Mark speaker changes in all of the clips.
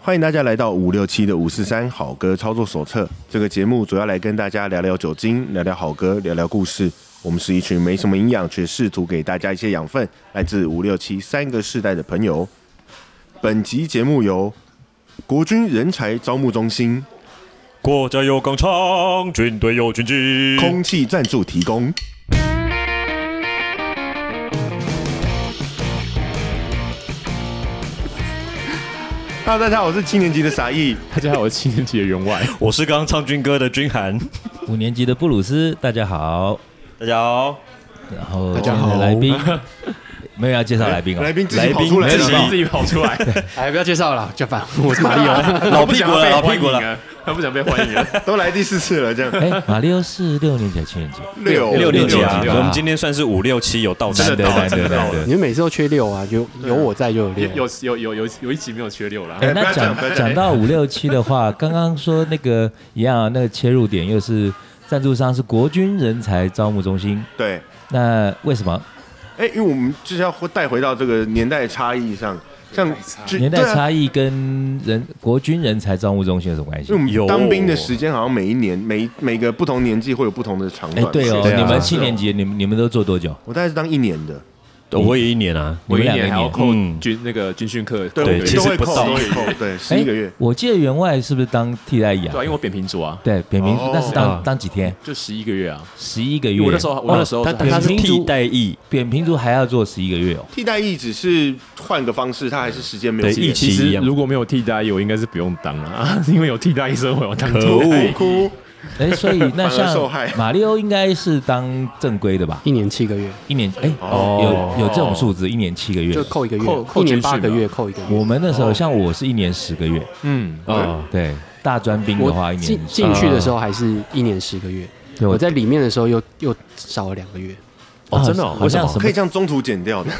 Speaker 1: 欢迎大家来到五六七的五四三好歌操作手册。这个节目主要来跟大家聊聊酒精，聊聊好歌，聊聊故事。我们是一群没什么营养，却试图给大家一些养分，来自五六七三个世代的朋友。本集节目由国军人才招募中心
Speaker 2: 国家有钢厂，军队有军机。
Speaker 1: 空气赞助提供。Hello，大家好，我是七年级的傻义。
Speaker 3: 大家好，我是七年级的员外。
Speaker 2: 我是刚刚唱军歌的军涵，
Speaker 4: 五年级的布鲁斯，大家好。
Speaker 2: 大家好。
Speaker 4: 然后大家好，来宾没有要介绍来宾哦，
Speaker 1: 来宾自己
Speaker 2: 来
Speaker 1: 跑
Speaker 2: 宾
Speaker 1: 出来
Speaker 2: 自
Speaker 1: 了
Speaker 2: 己
Speaker 1: 吗
Speaker 3: 自己跑出来，
Speaker 5: 哎，不要介绍了，就 反我是马里奥。
Speaker 2: 老屁股了，老屁
Speaker 3: 欢
Speaker 2: 股
Speaker 3: 迎
Speaker 2: 了。
Speaker 3: 了，他不想被欢迎了。
Speaker 1: 都来第四次了，这 样
Speaker 4: 哎，马里奥是六年级还是七年级？
Speaker 1: 六
Speaker 2: 六年级
Speaker 3: 六
Speaker 2: 啊，
Speaker 3: 年级
Speaker 2: 所
Speaker 3: 啊
Speaker 2: 以我们今天算是五六七有到
Speaker 3: 真
Speaker 2: 站
Speaker 3: 的
Speaker 2: 的，
Speaker 3: 到了
Speaker 2: 真的
Speaker 3: 真的
Speaker 2: 到
Speaker 3: 到了
Speaker 2: 了。
Speaker 5: 你们每次都缺六啊，有有我在就有
Speaker 3: 有
Speaker 5: 六
Speaker 3: 有。有有有有一集没有缺六啦。
Speaker 4: 哎，
Speaker 1: 不要
Speaker 4: 那
Speaker 1: 讲
Speaker 4: 讲
Speaker 1: 不要讲
Speaker 4: 讲到五六七的话，刚刚说那个一样啊，那个切入点又是赞助商是国军人才招募中心，
Speaker 1: 对。
Speaker 4: 那为什么
Speaker 1: 哎，因为我们就是要带回到这个年代差异上，像就
Speaker 4: 年代，
Speaker 1: 对啊
Speaker 4: 差异跟人国军人才招募中心有什么关系
Speaker 1: 因为？我们
Speaker 2: 有
Speaker 1: 当兵的时间好像每一年每每个不同年纪会有不同的长
Speaker 4: 哎
Speaker 1: 短。，
Speaker 4: 对哦，
Speaker 2: 对啊
Speaker 4: 你们七年级，你们你们都做多久？
Speaker 1: 我大概是当一年的，
Speaker 2: 我也一年啊，
Speaker 3: 我
Speaker 4: 你
Speaker 3: 一
Speaker 4: 们两个
Speaker 3: 年还要
Speaker 4: 年。
Speaker 3: 扣
Speaker 2: 嗯
Speaker 3: 军那个军训课，
Speaker 1: 对，
Speaker 2: 对
Speaker 1: 我
Speaker 2: 其
Speaker 1: 都
Speaker 2: 实
Speaker 1: 会
Speaker 2: 不
Speaker 1: 扣，
Speaker 2: 到
Speaker 1: 都会扣，对，十
Speaker 4: 哎
Speaker 1: 一个月，
Speaker 4: 我记得员外是不是当替代役
Speaker 3: 对啊，因
Speaker 4: 啊？
Speaker 3: 为我扁平足啊，
Speaker 4: 对，扁平
Speaker 1: 哦
Speaker 4: 那是
Speaker 2: 啊
Speaker 4: 当当几天？
Speaker 3: 就十一个月啊。
Speaker 4: 十一个
Speaker 3: 因
Speaker 4: 月。哦
Speaker 3: 为我那时候我那时
Speaker 5: 哦
Speaker 3: 候
Speaker 2: 他
Speaker 3: 是
Speaker 2: 他是替代役，
Speaker 4: 扁平足还要做十一个月哦。
Speaker 1: 替代役只是换个方式，它还是时间没有
Speaker 2: 对
Speaker 1: 限
Speaker 2: 疫
Speaker 1: 制
Speaker 2: 情
Speaker 3: 其
Speaker 2: 一
Speaker 3: 实
Speaker 2: 样
Speaker 3: 如果没有替代役，我应该是不用当了， 因为有替代役之后我要当。
Speaker 2: 可恶
Speaker 1: 哭，
Speaker 4: 哎，所以那
Speaker 1: 反而受
Speaker 4: 像
Speaker 1: 害
Speaker 4: 马里欧应该是当正规的吧？
Speaker 5: 一年七个月，
Speaker 4: 一年哎，
Speaker 2: 哦
Speaker 4: 有有这种数值，一年七个月
Speaker 5: 就。扣一个
Speaker 3: 扣
Speaker 5: 月，
Speaker 3: 扣
Speaker 5: 一年
Speaker 3: 军训
Speaker 5: 八个
Speaker 3: 嘛
Speaker 5: 月扣一个月。
Speaker 4: 我们那时候像我是一年十个月，
Speaker 3: 嗯，
Speaker 2: 啊，
Speaker 4: 对，大专兵的话
Speaker 5: 我
Speaker 4: 一
Speaker 5: 进
Speaker 4: 年
Speaker 5: 进去的时候还是一年十个月，
Speaker 4: 对
Speaker 5: 我在里面的时候又又少了两个月。
Speaker 2: 哦真的哦
Speaker 4: 好像什
Speaker 1: 可
Speaker 4: 么
Speaker 1: 以这样中途剪掉的，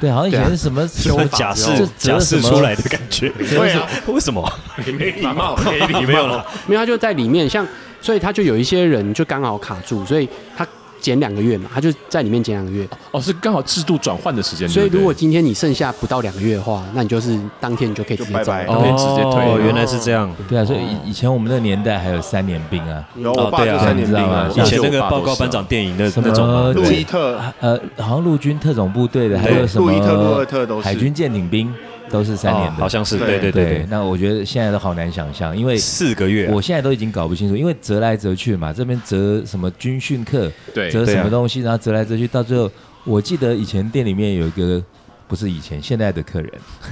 Speaker 4: 对，好像以前是什么
Speaker 2: 是
Speaker 4: 修
Speaker 2: 不是
Speaker 4: 法
Speaker 2: 哦 假
Speaker 4: 这
Speaker 2: 释
Speaker 4: 这
Speaker 2: 假释
Speaker 4: 什么
Speaker 2: 出来的感觉，
Speaker 1: 对啊，
Speaker 2: 为什么？
Speaker 1: 没礼貌，
Speaker 2: 你没有了，
Speaker 5: 没有，他就在里面，像所以他就有一些人就刚好卡住，所以他减两个月嘛，他就在里面减两个月。
Speaker 3: 哦，是刚好制度转换的时间。
Speaker 5: 所以
Speaker 3: 对
Speaker 5: 如
Speaker 3: 不
Speaker 5: 果
Speaker 3: 对
Speaker 5: 今天你剩下不到两个月的话，那你就是当天你就可以直
Speaker 1: 就拜
Speaker 5: 接走
Speaker 1: 拜
Speaker 5: 了。
Speaker 3: 可以直接退
Speaker 2: 哦原来是这样。
Speaker 4: 对啊，所以以以前我们那个年代还有三年兵啊，
Speaker 1: 有我爸
Speaker 2: 哦对
Speaker 1: 就
Speaker 2: 啊
Speaker 1: 三年兵啊
Speaker 4: 你知道吗，
Speaker 2: 以
Speaker 4: 像
Speaker 2: 前那个
Speaker 3: 我爸
Speaker 2: 报
Speaker 3: 都
Speaker 2: 告
Speaker 3: 是
Speaker 2: 班长电影的
Speaker 4: 什么
Speaker 2: 那种哦嘛，
Speaker 1: 陆
Speaker 2: 对
Speaker 1: 伊特、
Speaker 4: 啊呃，好像陆军特种部队的，还有
Speaker 2: 对
Speaker 4: 什么
Speaker 1: 陆一特陆二特都是
Speaker 4: 海军舰艇兵，都是三年
Speaker 2: 哦
Speaker 4: 的，
Speaker 2: 好像是
Speaker 1: 对
Speaker 2: 对对对
Speaker 4: 对
Speaker 2: 对，，
Speaker 4: 那我觉得现在都好难想象，因为
Speaker 2: 四个月啊，
Speaker 4: 我现在都已经搞不清楚，因为折来折去嘛，这边折什么军训课，
Speaker 3: 对
Speaker 4: 折
Speaker 2: 对
Speaker 4: 什
Speaker 2: 啊
Speaker 4: 么东西，然后折来折去，到最后，我记得以前店里面有一个，不是以前，现在的客人，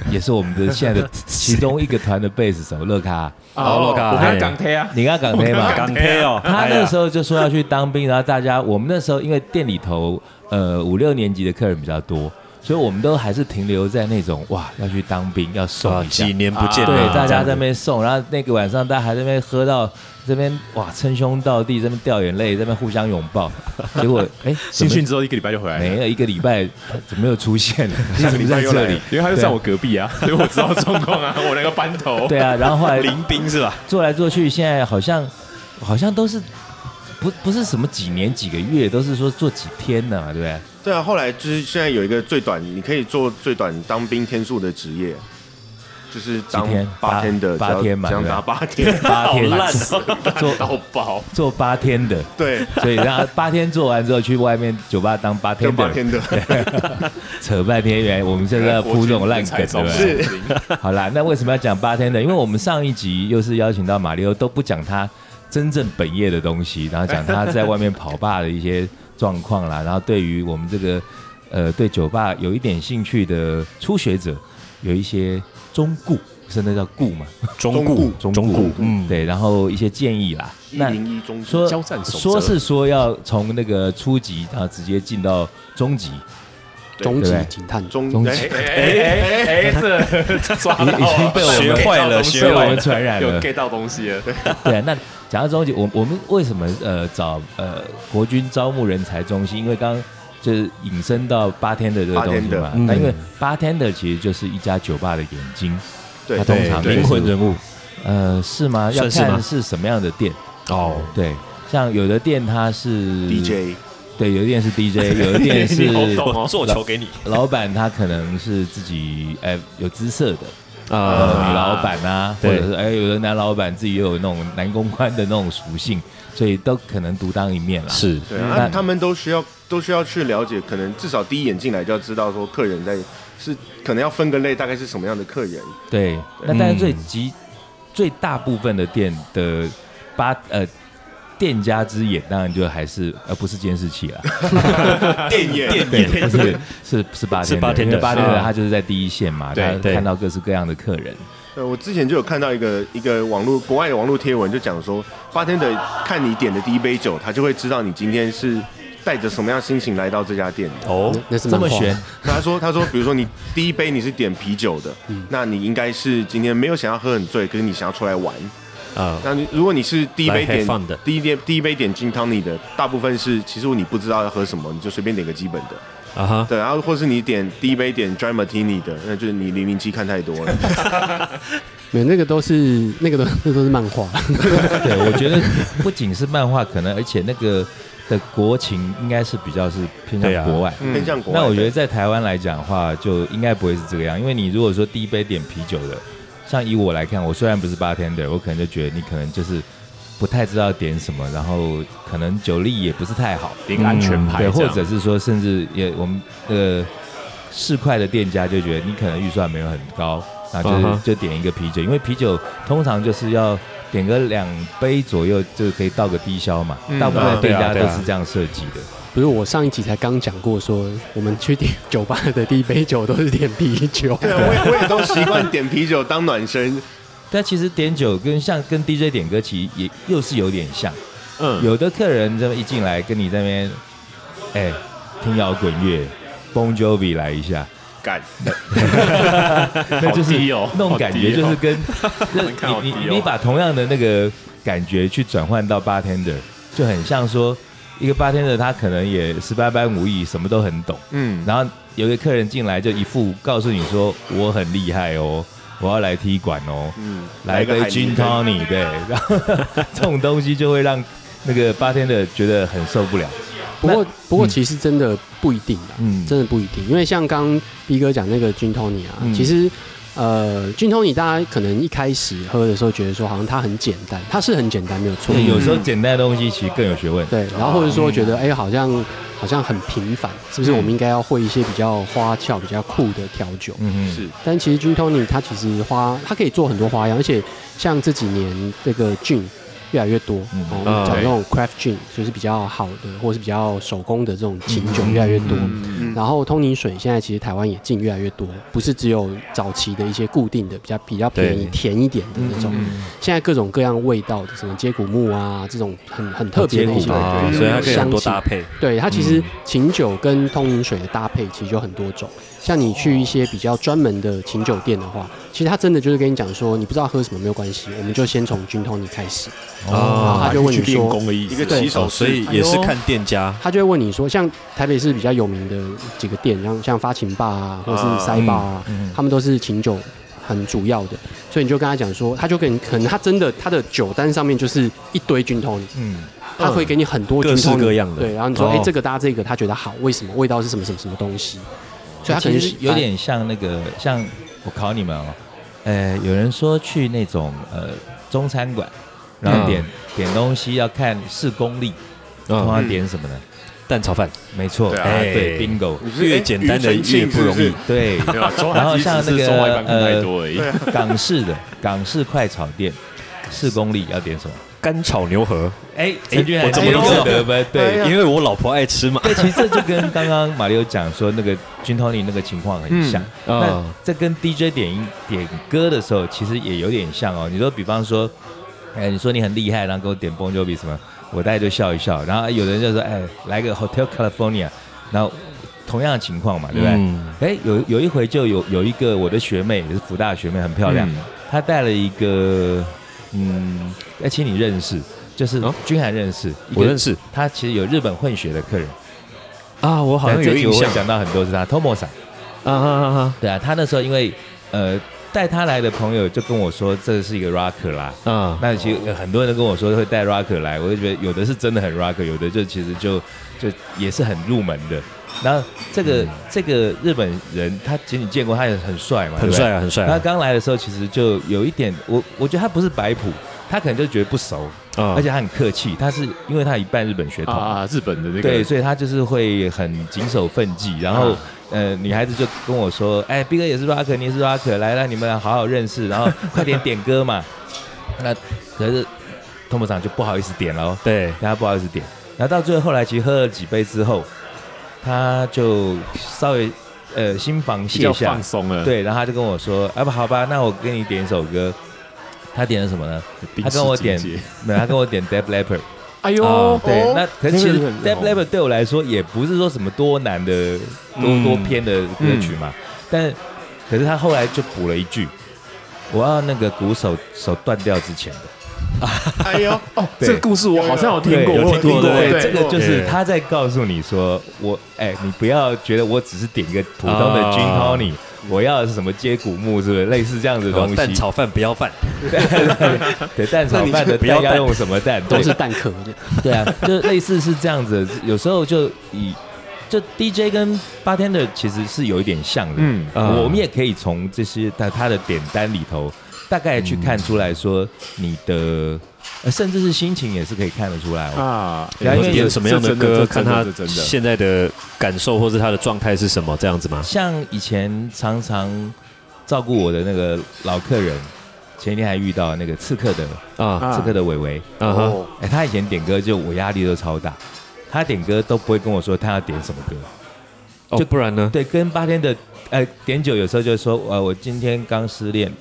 Speaker 4: 也是我们的现在的 其中一个团的贝斯手乐咖，
Speaker 2: 好洛卡
Speaker 3: 哦我看
Speaker 2: 哎
Speaker 3: 港铁啊，
Speaker 4: 你刚刚讲黑嘛，
Speaker 2: 港配哦，
Speaker 4: 他
Speaker 2: 哎
Speaker 4: 那
Speaker 2: 呀
Speaker 4: 时候就说要去当兵，然后大家我们那时候因为店里头呃五六年级的客人比较多，所以我们都还是停留在那种哇要去当兵要送
Speaker 2: 啊
Speaker 4: 一下
Speaker 2: 几，年不见
Speaker 3: 啊
Speaker 4: 对，
Speaker 2: 了，
Speaker 4: 大
Speaker 2: 这
Speaker 4: 家
Speaker 2: 样
Speaker 4: 在那边送，然后那个晚上大家还在那边喝到这边哇称兄道弟，这边掉眼泪，这边互相拥抱，结果哎
Speaker 3: 新训
Speaker 4: 怎
Speaker 3: 之后一个礼拜就回
Speaker 4: 么
Speaker 3: 来
Speaker 4: 没
Speaker 3: 了。
Speaker 4: 了一个礼拜，怎么没有出现？你
Speaker 1: 下个
Speaker 4: 怎么
Speaker 1: 礼拜
Speaker 4: 在
Speaker 1: 又来
Speaker 4: 这
Speaker 1: 了
Speaker 4: 里？
Speaker 3: 因为他就在我隔壁啊，所以我知道状况啊， 我那个班头。
Speaker 4: 对啊，然后后来
Speaker 2: 临兵是吧？
Speaker 4: 做来做去，现在好像好像都是不不是什么几年几个月，都是说做几天的嘛，对不对？
Speaker 1: 对啊，后来就是现在有一个最短，你可以做最短当兵天数的职业，就是当
Speaker 4: 几天
Speaker 1: 八天的，
Speaker 4: 八
Speaker 1: 只要
Speaker 4: 八天嘛
Speaker 1: 只要
Speaker 4: 对，
Speaker 1: 打八天
Speaker 4: 八天
Speaker 2: 烂
Speaker 4: 做
Speaker 3: 到爆！
Speaker 4: 做八天的，
Speaker 1: 对，
Speaker 4: 所以让他八天做完之后去外面酒吧当八
Speaker 1: 就
Speaker 4: 天
Speaker 1: 八
Speaker 4: 的，
Speaker 1: 天的，
Speaker 4: 扯半天，原来我们现在要铺这种烂梗，对不对？
Speaker 1: 是
Speaker 4: 好啦，那为什么要讲八天的？因为我们上一集又是邀请到马里奥，都不讲他真正本业的东西，然后讲他在外面跑吧的一些状况啦，然后对于我们这个呃对酒吧有一点兴趣的初学者，有一些忠顾，是那叫顾嘛？
Speaker 2: 中固
Speaker 4: 忠
Speaker 2: 中固，嗯，
Speaker 4: 对，然后一些建议啦。
Speaker 1: 一
Speaker 4: 那
Speaker 1: 零一中
Speaker 4: 说
Speaker 3: 交战守则
Speaker 4: 说是说要从那个初级，然后直接进到中级，
Speaker 5: 终极
Speaker 4: 对
Speaker 5: 警探
Speaker 1: 中
Speaker 4: 中
Speaker 1: 哎
Speaker 4: 级
Speaker 1: 哎
Speaker 3: 哎哎哎，这抓到
Speaker 4: 已已经被我们
Speaker 2: 学坏了，学
Speaker 4: 被我
Speaker 2: 坏
Speaker 4: 们
Speaker 2: 了。
Speaker 4: 传染
Speaker 3: 有
Speaker 4: 了。
Speaker 3: get 到东西了。
Speaker 4: 对啊，那讲到中级，我我们为什么呃找呃国军招募人才中心？因为刚刚就是引申到八天的这个东西
Speaker 1: bartender，
Speaker 4: 嘛。
Speaker 2: 嗯
Speaker 4: 那因为八天的其实就是一家酒吧的眼睛，
Speaker 1: 对
Speaker 4: 他通常
Speaker 1: 对
Speaker 2: 灵魂人物
Speaker 4: 呃，是吗？
Speaker 2: 算
Speaker 4: 要
Speaker 2: 是吗
Speaker 4: 看是什么样的店。
Speaker 2: 哦，
Speaker 4: 对，像有的店它是
Speaker 1: DJ
Speaker 4: 对，有的店是 DJ，有的店
Speaker 3: 你好
Speaker 4: 是
Speaker 3: 懂哦
Speaker 2: 我做球给你。
Speaker 4: 老板他可能是自己哎、有姿色的，呃，女
Speaker 3: 啊，
Speaker 4: 老板啊，或
Speaker 3: 对
Speaker 4: 者是哎，有的男老板自己也有那种男公关的那种属性，所以都可能独当一面啦。，
Speaker 3: 是
Speaker 1: 对啊，
Speaker 4: 嗯那
Speaker 1: 他们都需要都需要去了解，可能至少第一眼进来就要知道说客人在是可能要分个类，大概是什么样的客人。
Speaker 4: 对。那但是最
Speaker 3: 嗯
Speaker 4: 极、最大部分的店的八呃店家之眼，当然就还是呃不是监视器 啦，
Speaker 1: 电眼
Speaker 4: 对，不是是是八天
Speaker 2: 是八天的
Speaker 4: 的八天的
Speaker 3: 啊
Speaker 4: 他就是在第一线嘛，
Speaker 3: 对
Speaker 4: 他
Speaker 3: 对
Speaker 4: 看到各式各样的客人，
Speaker 1: 呃，我之前就有看到一个一个网络国外的网络贴文，就讲说，八天的看你点的第一杯酒，他就会知道你今天是带着什么样心情来到这家店的。
Speaker 2: 哦，
Speaker 5: 那是
Speaker 4: 这么
Speaker 5: 漫画
Speaker 4: 悬，
Speaker 1: 那他说，他说，比如说你第一杯你是点啤酒的，
Speaker 4: 嗯
Speaker 1: 那你应该是今天没有想要喝很醉，可是你想要出来玩。
Speaker 2: 啊，
Speaker 1: 那你如果你是第一杯
Speaker 2: 来
Speaker 1: 点
Speaker 2: have fun 的
Speaker 1: 第一杯第一杯点金汤尼的，大部分是其实你不知道要喝什么，你就随便点个基本的。
Speaker 2: 啊哈，
Speaker 1: 对，然后或是你点第一杯点 dry martini 的，那就是你零零七看太多 了。
Speaker 5: 没有那个都是那个都 那都是漫画，
Speaker 4: 对，我觉得不仅是漫画，可能而且那个的国情应该是比较是偏
Speaker 2: 对啊
Speaker 4: 向国外。
Speaker 1: 偏向国外
Speaker 4: 那
Speaker 1: 的。
Speaker 4: 我觉得在台湾来讲的话，就应该不会是这个样，因为你如果说第一杯点啤酒的，像以我来看，我虽然不是 bartender，我可能就觉得你可能就是不太知道点什么，然后可能酒力也不是太好，
Speaker 3: 一个安全
Speaker 4: 嗯
Speaker 3: 牌
Speaker 4: 对，
Speaker 3: 这
Speaker 4: 或
Speaker 3: 样，
Speaker 4: 者是说甚至也我们呃市侩的店家就觉得你可能预算没有很高，那就是、
Speaker 2: 嗯哼
Speaker 4: 就点一个啤酒，因为啤酒通常就是要。点个两杯左右就可以到个低消嘛，
Speaker 5: 嗯
Speaker 4: 大部分的
Speaker 2: 对
Speaker 4: 店
Speaker 2: 啊
Speaker 4: 家
Speaker 2: 对
Speaker 4: 都
Speaker 2: 啊
Speaker 4: 是这样设计的。
Speaker 5: 不是我上一集才刚讲过说，我们去点酒吧的第一杯酒都是点啤酒，
Speaker 1: 对，
Speaker 4: 啊
Speaker 1: 我也我也都习惯点啤酒当暖身。
Speaker 4: 但其实点酒跟像跟 DJ 点歌其实也又是有点像，
Speaker 3: 嗯，
Speaker 4: 有的客人这么一进来跟你这边，哎，听摇滚乐，Bon Jovi 来一下，
Speaker 1: 干，
Speaker 4: 那就是
Speaker 3: 好低哦
Speaker 4: 那种感觉就是跟， 就是
Speaker 3: 看好
Speaker 4: 你你
Speaker 3: 低哦
Speaker 4: 你把同样的那个感觉去转换到 bartender，就很像说一个 bartender 他可能也十八般武艺，什么都很懂，
Speaker 1: 嗯，
Speaker 4: 然后有一个客人进来就一副告诉你说我很厉害哦，我要来踢馆哦，
Speaker 1: 嗯，
Speaker 4: 来一杯 gin tonic，对，然后 这种东西就会让那个八天的觉得很受不了。
Speaker 5: 不过不过
Speaker 4: 嗯
Speaker 5: 其实真的不一定啦，
Speaker 4: 嗯
Speaker 5: 真的不一定，因为像刚刚 B 哥讲那个君 Tony 啊，
Speaker 4: 嗯
Speaker 5: 其实呃君 Tony 大家可能一开始喝的时候觉得说好像它很简单，它是很简单没有错，
Speaker 4: 对，有哦时候简单的东西其实更有学问。
Speaker 5: 对，然后或者说觉得哎、好像好像很平凡，是不
Speaker 4: 嗯
Speaker 5: 是我们应该要会一些比较花俏、比较酷的调酒？
Speaker 4: 嗯嗯，
Speaker 1: 是
Speaker 5: 但其实 Gin Tony 它其实花，它可以做很多花样，而且像这几年这个 Gin 越来越多，
Speaker 4: 嗯
Speaker 5: 哦，我们讲那
Speaker 3: 对
Speaker 5: 种 craft Gin 就是比较好的，或者是比较手工的这种琴酒越来越多。
Speaker 1: 嗯
Speaker 5: 然后通宁水现在其实台湾也进越来越多，不是只有早期的一些固定的比较比较便宜
Speaker 2: 对
Speaker 5: 甜一点的那种，现在各种各样味道的什么接骨木啊这种很很特别的一
Speaker 4: 接
Speaker 5: 些
Speaker 4: 骨木
Speaker 2: 啊，
Speaker 1: 对
Speaker 2: 所以它可以很多搭
Speaker 5: 香气
Speaker 2: 配，
Speaker 5: 对它其
Speaker 3: 嗯
Speaker 5: 实琴酒跟通灵水的搭配其实有很多种，像你去一些比较专门的琴酒店的话，其实它真的就是跟你讲说，你不知道喝什么没有关系，我们就先从君通你开始，然后
Speaker 3: 啊，
Speaker 5: 他就问你
Speaker 3: 去练
Speaker 5: 说，
Speaker 3: 功的意
Speaker 1: 一
Speaker 3: 思
Speaker 1: 个，起手
Speaker 2: 哦，所以也是看店家，
Speaker 5: 他就会问你说，像台北市比较有名的几个店，像像发琴吧啊，或者是塞吧啊，他们都是琴酒很主要的，所以你就跟他讲说，他就跟你可能他真的他的酒单上面就是一堆君通，
Speaker 4: 嗯，
Speaker 5: 他会给你很多
Speaker 2: 各式
Speaker 5: gin tonic，
Speaker 2: 各样的
Speaker 5: 对，然后你说，
Speaker 2: 哦
Speaker 5: 哎、这个搭这个，他觉得好，为什么？味道是什么什么什么东西？所以他可
Speaker 4: 其
Speaker 5: 能
Speaker 4: 实有点像那个，像我考你们哦，呃，有人说去那种呃中餐馆，然后点点东西要看是功力，通
Speaker 2: 嗯，
Speaker 4: 常点什么呢？
Speaker 2: 蛋炒饭
Speaker 4: 没错，
Speaker 1: 对啊
Speaker 4: 哎，对
Speaker 2: 哎
Speaker 4: ，bingo，
Speaker 1: 你是
Speaker 2: 越简单的越不容易，
Speaker 4: 对，
Speaker 3: 没有啊，中
Speaker 4: 然后
Speaker 3: 他其实
Speaker 4: 像
Speaker 3: 只
Speaker 4: 那个呃
Speaker 3: 是中外办公太多而已，
Speaker 4: 港式的港式快炒店，四公里要点什么？
Speaker 2: 干炒牛河，
Speaker 4: 哎，陈俊
Speaker 2: 我
Speaker 4: 涵
Speaker 2: 怎么
Speaker 1: 都
Speaker 4: 这个
Speaker 1: 知道
Speaker 4: 得分，对，
Speaker 1: 哎呀
Speaker 2: 因为我老婆爱吃嘛，
Speaker 4: 对，其实这就跟刚刚马里奥讲说那个君 Tony 那个情况很像。
Speaker 2: 嗯
Speaker 4: 那
Speaker 2: 啊
Speaker 4: 这跟 DJ 点音点歌的时候，其实也有点像哦。你说，比方说，哎，你说你很厉害，然后给我点 Bon Jovi 什么，我大概就笑一笑。然后有的人就说，哎，来个 Hotel California，然后同样的情况嘛，对不对？
Speaker 2: 嗯
Speaker 4: 哎，有有一回就有有一个我的学妹，也是福大的学妹，很漂亮，
Speaker 3: 嗯
Speaker 4: 她带了一个，嗯，哎，请你认识，就是
Speaker 2: 哦
Speaker 4: 君涵认识，一个
Speaker 2: 我认识
Speaker 4: 她其实有日本混血的客人，
Speaker 2: 啊，我好像有
Speaker 4: 但这集
Speaker 2: 印
Speaker 4: 我
Speaker 2: 象
Speaker 4: 会讲到很多是他 Tomo 桑，
Speaker 2: 啊啊啊
Speaker 4: 对啊，他那时候因为呃带他来的朋友就跟我说这是一个 rocker 啦。
Speaker 2: 啊啊，
Speaker 4: 那其实有很多人都跟我说会带 rocker 来，我就觉得有的是真的很 rocker，有的就其实就就也是很入门的。然后这个这个日本人，他其实你见过，他也很帅嘛，对
Speaker 2: 很
Speaker 4: 不对
Speaker 2: 帅啊，很帅
Speaker 4: 他
Speaker 2: 啊，
Speaker 4: 刚来的时候，其实就有一点，我我觉得他不是摆谱，他可能就觉得不熟，
Speaker 2: 啊
Speaker 4: 而且他很客气，他是因为他一半日本血统，
Speaker 3: 啊，日本的那
Speaker 4: 对，
Speaker 3: 个
Speaker 4: 所以他就是会很谨守分际。然后
Speaker 3: 啊
Speaker 4: 呃，女孩子就跟我说：“哎，斌哥也是 rock，你也是 rock，来让你们俩好好认识，然后快点点歌嘛。”那可是通部长就不好意思点喽，
Speaker 2: 对，
Speaker 4: 然后不好意思点，然后到最后后来其实喝了几杯之后，他就稍微呃心房
Speaker 3: 比
Speaker 4: 卸
Speaker 3: 较
Speaker 4: 下
Speaker 3: 放，松了。，
Speaker 4: 对，然后他就跟我说：“啊不，好吧，那我给你点一首歌。”他点了什么呢？他跟我点啊没有，他跟我点 Def Leppard。
Speaker 5: 哎呦，
Speaker 2: 哦
Speaker 4: 对，
Speaker 5: 哦
Speaker 4: 那可是其实
Speaker 5: 那个很
Speaker 4: d e p l e v e l 对我来说也不是说什么多难的、多
Speaker 2: 嗯
Speaker 4: 多偏的歌曲嘛，但可是他后来就补了一句：“我要那个鼓手手断掉之前的。
Speaker 1: 哎呦，
Speaker 3: 哦，
Speaker 4: 对
Speaker 3: 这个故事我好像有”听过，
Speaker 2: 有
Speaker 3: 我
Speaker 2: 听过
Speaker 3: 对
Speaker 2: 对
Speaker 4: 这个就是
Speaker 2: 对
Speaker 4: 他在告诉你说：“我哎，你不要觉得我只是点一个普通的
Speaker 2: 啊
Speaker 4: Gin Tony，我要的是什么接骨木，是不是类似这样子的东
Speaker 2: 哦
Speaker 4: 西？
Speaker 2: 蛋炒饭不要饭，
Speaker 4: 对蛋炒
Speaker 2: 那你
Speaker 4: 饭
Speaker 2: 就
Speaker 4: 的
Speaker 2: 不要
Speaker 4: 蛋要
Speaker 2: 蛋
Speaker 4: 用什么蛋？
Speaker 5: 都
Speaker 4: 对
Speaker 5: 是蛋壳的，
Speaker 4: 对啊，就类似是这样子的，有时候就以就 DJ 跟 bartender 其实是有一点像的，嗯
Speaker 1: 嗯，
Speaker 2: 啊
Speaker 4: 我们也可以从这些他他的点单里头，大概去看出来说你的，呃甚至是心情也是可以看得出来哦。
Speaker 3: 啊，
Speaker 4: 然后因为
Speaker 2: 点什么样
Speaker 3: 这
Speaker 2: 的
Speaker 3: 真的
Speaker 2: 歌，
Speaker 3: 这
Speaker 2: 看
Speaker 3: 真的
Speaker 2: 他
Speaker 3: 这真的
Speaker 2: 现在的感受或是他的状态是什么，这样子吗？
Speaker 4: 像以前常常照顾我的那个老客人，前一天还遇到那个刺客的、
Speaker 2: 啊
Speaker 3: 啊
Speaker 4: 刺客的伟伟，
Speaker 2: 啊哈，
Speaker 5: 哦，
Speaker 4: 哎、他以前点歌就我压力都超大，他点歌都不会跟我说他要点什么歌。
Speaker 2: 哦，
Speaker 4: 就
Speaker 2: 不然 呢？
Speaker 4: 对，跟八天的呃点酒有时候就说，呃，我今天刚失恋，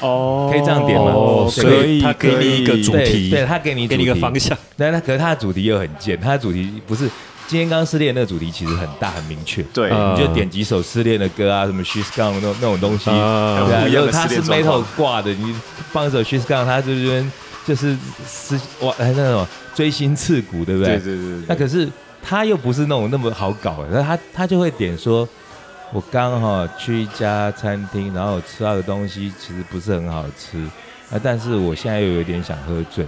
Speaker 3: 哦
Speaker 4: 可以这样点吗
Speaker 3: 哦
Speaker 4: 对
Speaker 2: 所
Speaker 4: 可
Speaker 2: 以他给你一个主
Speaker 4: 对，
Speaker 2: 题，
Speaker 4: 对他给你
Speaker 2: 给你一个
Speaker 4: 主题
Speaker 2: 方，向，
Speaker 4: 但他可是他的主题又很贱，他的主题不是今天刚失恋那个主题，其实很大很明确，
Speaker 1: 哦对，
Speaker 2: 呃
Speaker 4: 你就点几首失恋的歌啊，什么 She's Gone 那种那种东西，
Speaker 2: 啊
Speaker 4: 对啊，
Speaker 1: 不一
Speaker 4: 如
Speaker 1: 样
Speaker 4: 果
Speaker 1: 的
Speaker 4: 他
Speaker 1: 失
Speaker 4: 是
Speaker 1: 恋状
Speaker 4: metal
Speaker 1: 况
Speaker 4: 挂的，你放一首 She's Gone，他这边就是是哇哎那种锥心刺骨，对不
Speaker 3: 对对对对，对
Speaker 4: 那可是他又不是那种那么好搞的，那他他就会点说，我刚哈、去一家餐厅，然后我吃到的东西其实不是很好吃，啊，但是我现在又有点想喝醉，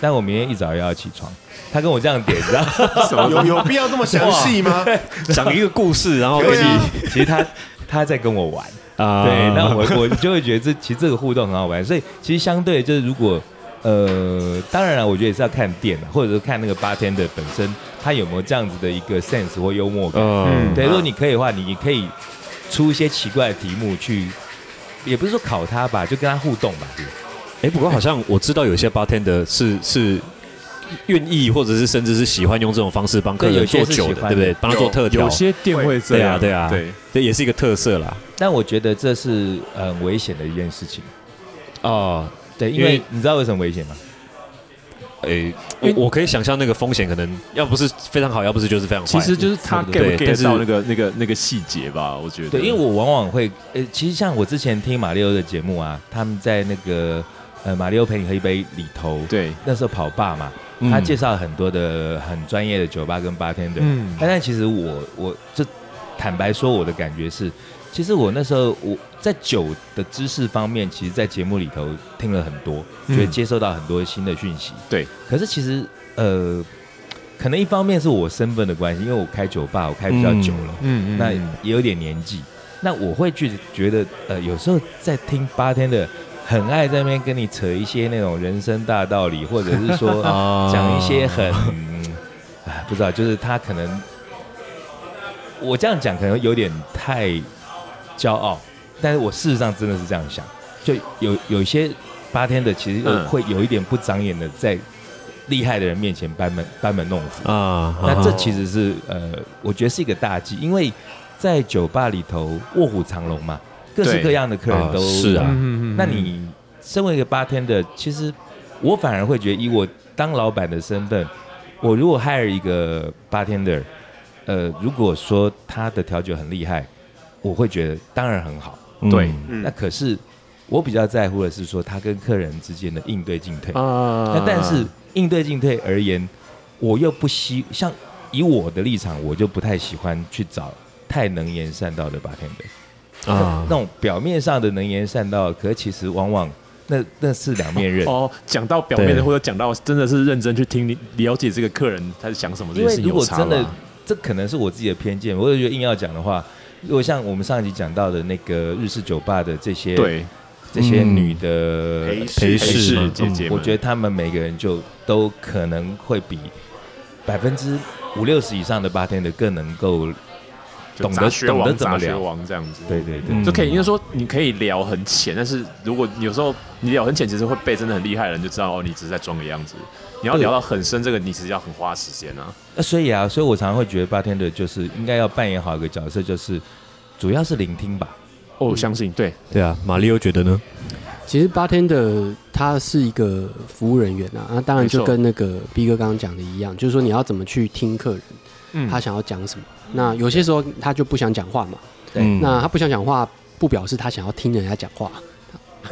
Speaker 4: 但我明天一早又要起床。他跟我这样点，然后
Speaker 1: 有有必要这么详细吗？
Speaker 2: 讲一个故 事，然后给
Speaker 1: 对啊
Speaker 2: 你
Speaker 4: 其实他他在跟我玩，
Speaker 2: 啊
Speaker 4: 对， 那我我就会觉得这其实这个互动很好玩，所以其实相对就是如果。呃，当然了，我觉得也是要看店，啊或者是看那个八天的本身，他有没有这样子的一个 sense 或幽默感。
Speaker 2: 嗯
Speaker 1: 嗯
Speaker 4: 对，如果你可以的话，你可以出一些奇怪的题目去，也不是说考他吧，就跟他互动吧。
Speaker 2: 哎，不过好像我知道有些 bartender 是是愿意，或者是甚至是喜欢用这种方式帮客
Speaker 4: 对有
Speaker 2: 人
Speaker 4: 些
Speaker 2: 做
Speaker 4: 是
Speaker 2: 酒
Speaker 4: 喜
Speaker 2: 的，
Speaker 4: 欢
Speaker 2: 对不对
Speaker 4: 的？
Speaker 2: 帮他做特调
Speaker 3: 有，些店会这样，
Speaker 2: 对啊对
Speaker 3: 对
Speaker 2: 这也是一个特色啦。
Speaker 4: 但我觉得这是很危险的一件事情。
Speaker 2: 哦，
Speaker 4: 对，因
Speaker 2: 因
Speaker 4: 为
Speaker 2: 为
Speaker 4: 你知道为什么危险吗？
Speaker 2: 诶，我我可以想象那个风险，可能要不是非常好，要不是就是非常坏。
Speaker 3: 其实啊就是他 get
Speaker 2: 对
Speaker 3: 不
Speaker 2: 但是
Speaker 3: get 到那个那个那个细节吧，我觉得。
Speaker 4: 对，因为我往往会，呃，其实像我之前听马里奥的节目啊，他们在那个呃马里奥陪你喝一杯里头，
Speaker 3: 对
Speaker 4: 那时候跑吧嘛，
Speaker 2: 嗯
Speaker 4: 他介绍了很多的很专业的酒吧跟八天的，
Speaker 1: 嗯，
Speaker 4: 哎但但其实我我这坦白说，我的感觉是，其实我那时候我在酒的知识方面，其实，在节目里头听了很多，觉
Speaker 1: 嗯
Speaker 4: 得接受到很多新的讯息。
Speaker 3: 对，
Speaker 4: 可是其实呃，可能一方面是我身份的关系，因为我开酒吧，我开比较久了，
Speaker 1: 嗯
Speaker 4: 那也有点年纪，那我会去觉得呃，有时候在听八天的。很爱在那边跟你扯一些那种人生大道理，或者是说
Speaker 2: 啊
Speaker 4: 讲一些很，哎，不知道，就是他可能，我这样讲可能有点太骄傲，但是我事实上真的是这样想，就有有一些八天的其实
Speaker 3: 嗯
Speaker 4: 会有一点不长眼的，在厉害的人面前班门班门弄斧，
Speaker 2: 啊，
Speaker 4: 那这
Speaker 2: 啊
Speaker 4: 其实是呃，我觉得是一个大忌，因为在酒吧里头卧虎藏龙嘛，各式
Speaker 3: 对
Speaker 4: 各样的客人
Speaker 2: 啊
Speaker 4: 都
Speaker 2: 是啊
Speaker 1: 嗯
Speaker 4: 那你身为一个八天的，其实我反而会觉得，以我当老板的身份，我如果 hire 一个八天的，呃，如果说他的调酒很厉害，我会觉得当然很好。
Speaker 2: 嗯
Speaker 3: 对
Speaker 1: 嗯
Speaker 4: 那可是我比较在乎的是说他跟客人之间的应对进退。
Speaker 3: 啊
Speaker 4: 那但是应对进退而言，我又不希像以我的立场，我就不太喜欢去找太能言善道的八天的。
Speaker 2: 啊
Speaker 4: 那，种表面上的能言善道，可其实往往那那是两面 刃。
Speaker 3: 哦，讲到表面的，
Speaker 2: 对
Speaker 3: 或者讲到真的是认真去听你了解这个客人他在想什么这
Speaker 4: 因
Speaker 3: 件
Speaker 4: 为
Speaker 3: 事情
Speaker 4: 如果
Speaker 3: 有差
Speaker 4: 真的
Speaker 3: 吧？
Speaker 4: 这可能是我自己的偏见。我就觉得硬要讲的话，如果像我们上一集讲到的那个日式酒吧的这些
Speaker 3: 对，
Speaker 4: 这些
Speaker 2: 嗯
Speaker 4: 女的
Speaker 1: 陪侍
Speaker 2: 陪侍
Speaker 3: 是
Speaker 2: 嘛
Speaker 3: 姐姐们，
Speaker 4: 我觉得他们每个人就都可能会比百分之五六十以上的八天的更能够，
Speaker 3: 就
Speaker 4: 懂得
Speaker 3: 杂学王
Speaker 4: 懂得怎么
Speaker 3: 杂学
Speaker 4: 聊
Speaker 3: 王这样子，
Speaker 4: 对对对，
Speaker 2: 嗯
Speaker 3: 就可以，应该说你可以聊很浅，但是如果你有时候你聊很浅，其实会被真的很厉害的人就知道哦，你只是在装个样子。你要
Speaker 4: 对
Speaker 3: 聊到很深，这个你其实要很花时间啊。
Speaker 4: 那所以啊，所以我常常会觉得八天的就是应该要扮演好一个角色，就是主要是聆听吧。
Speaker 3: 哦，我相信对，
Speaker 2: 对啊，马里欧觉得呢？
Speaker 5: 其实 bartender 他是一个服务人员啊，那当然就
Speaker 3: 没错
Speaker 5: 跟那个 B 哥刚刚讲的一样，就是说你要怎么去听客人，
Speaker 3: 嗯
Speaker 5: 他想要讲什么。那有些时候他就不想讲话嘛，
Speaker 4: 对
Speaker 2: 嗯
Speaker 5: 那他不想讲话，不表示他想要听人家讲话。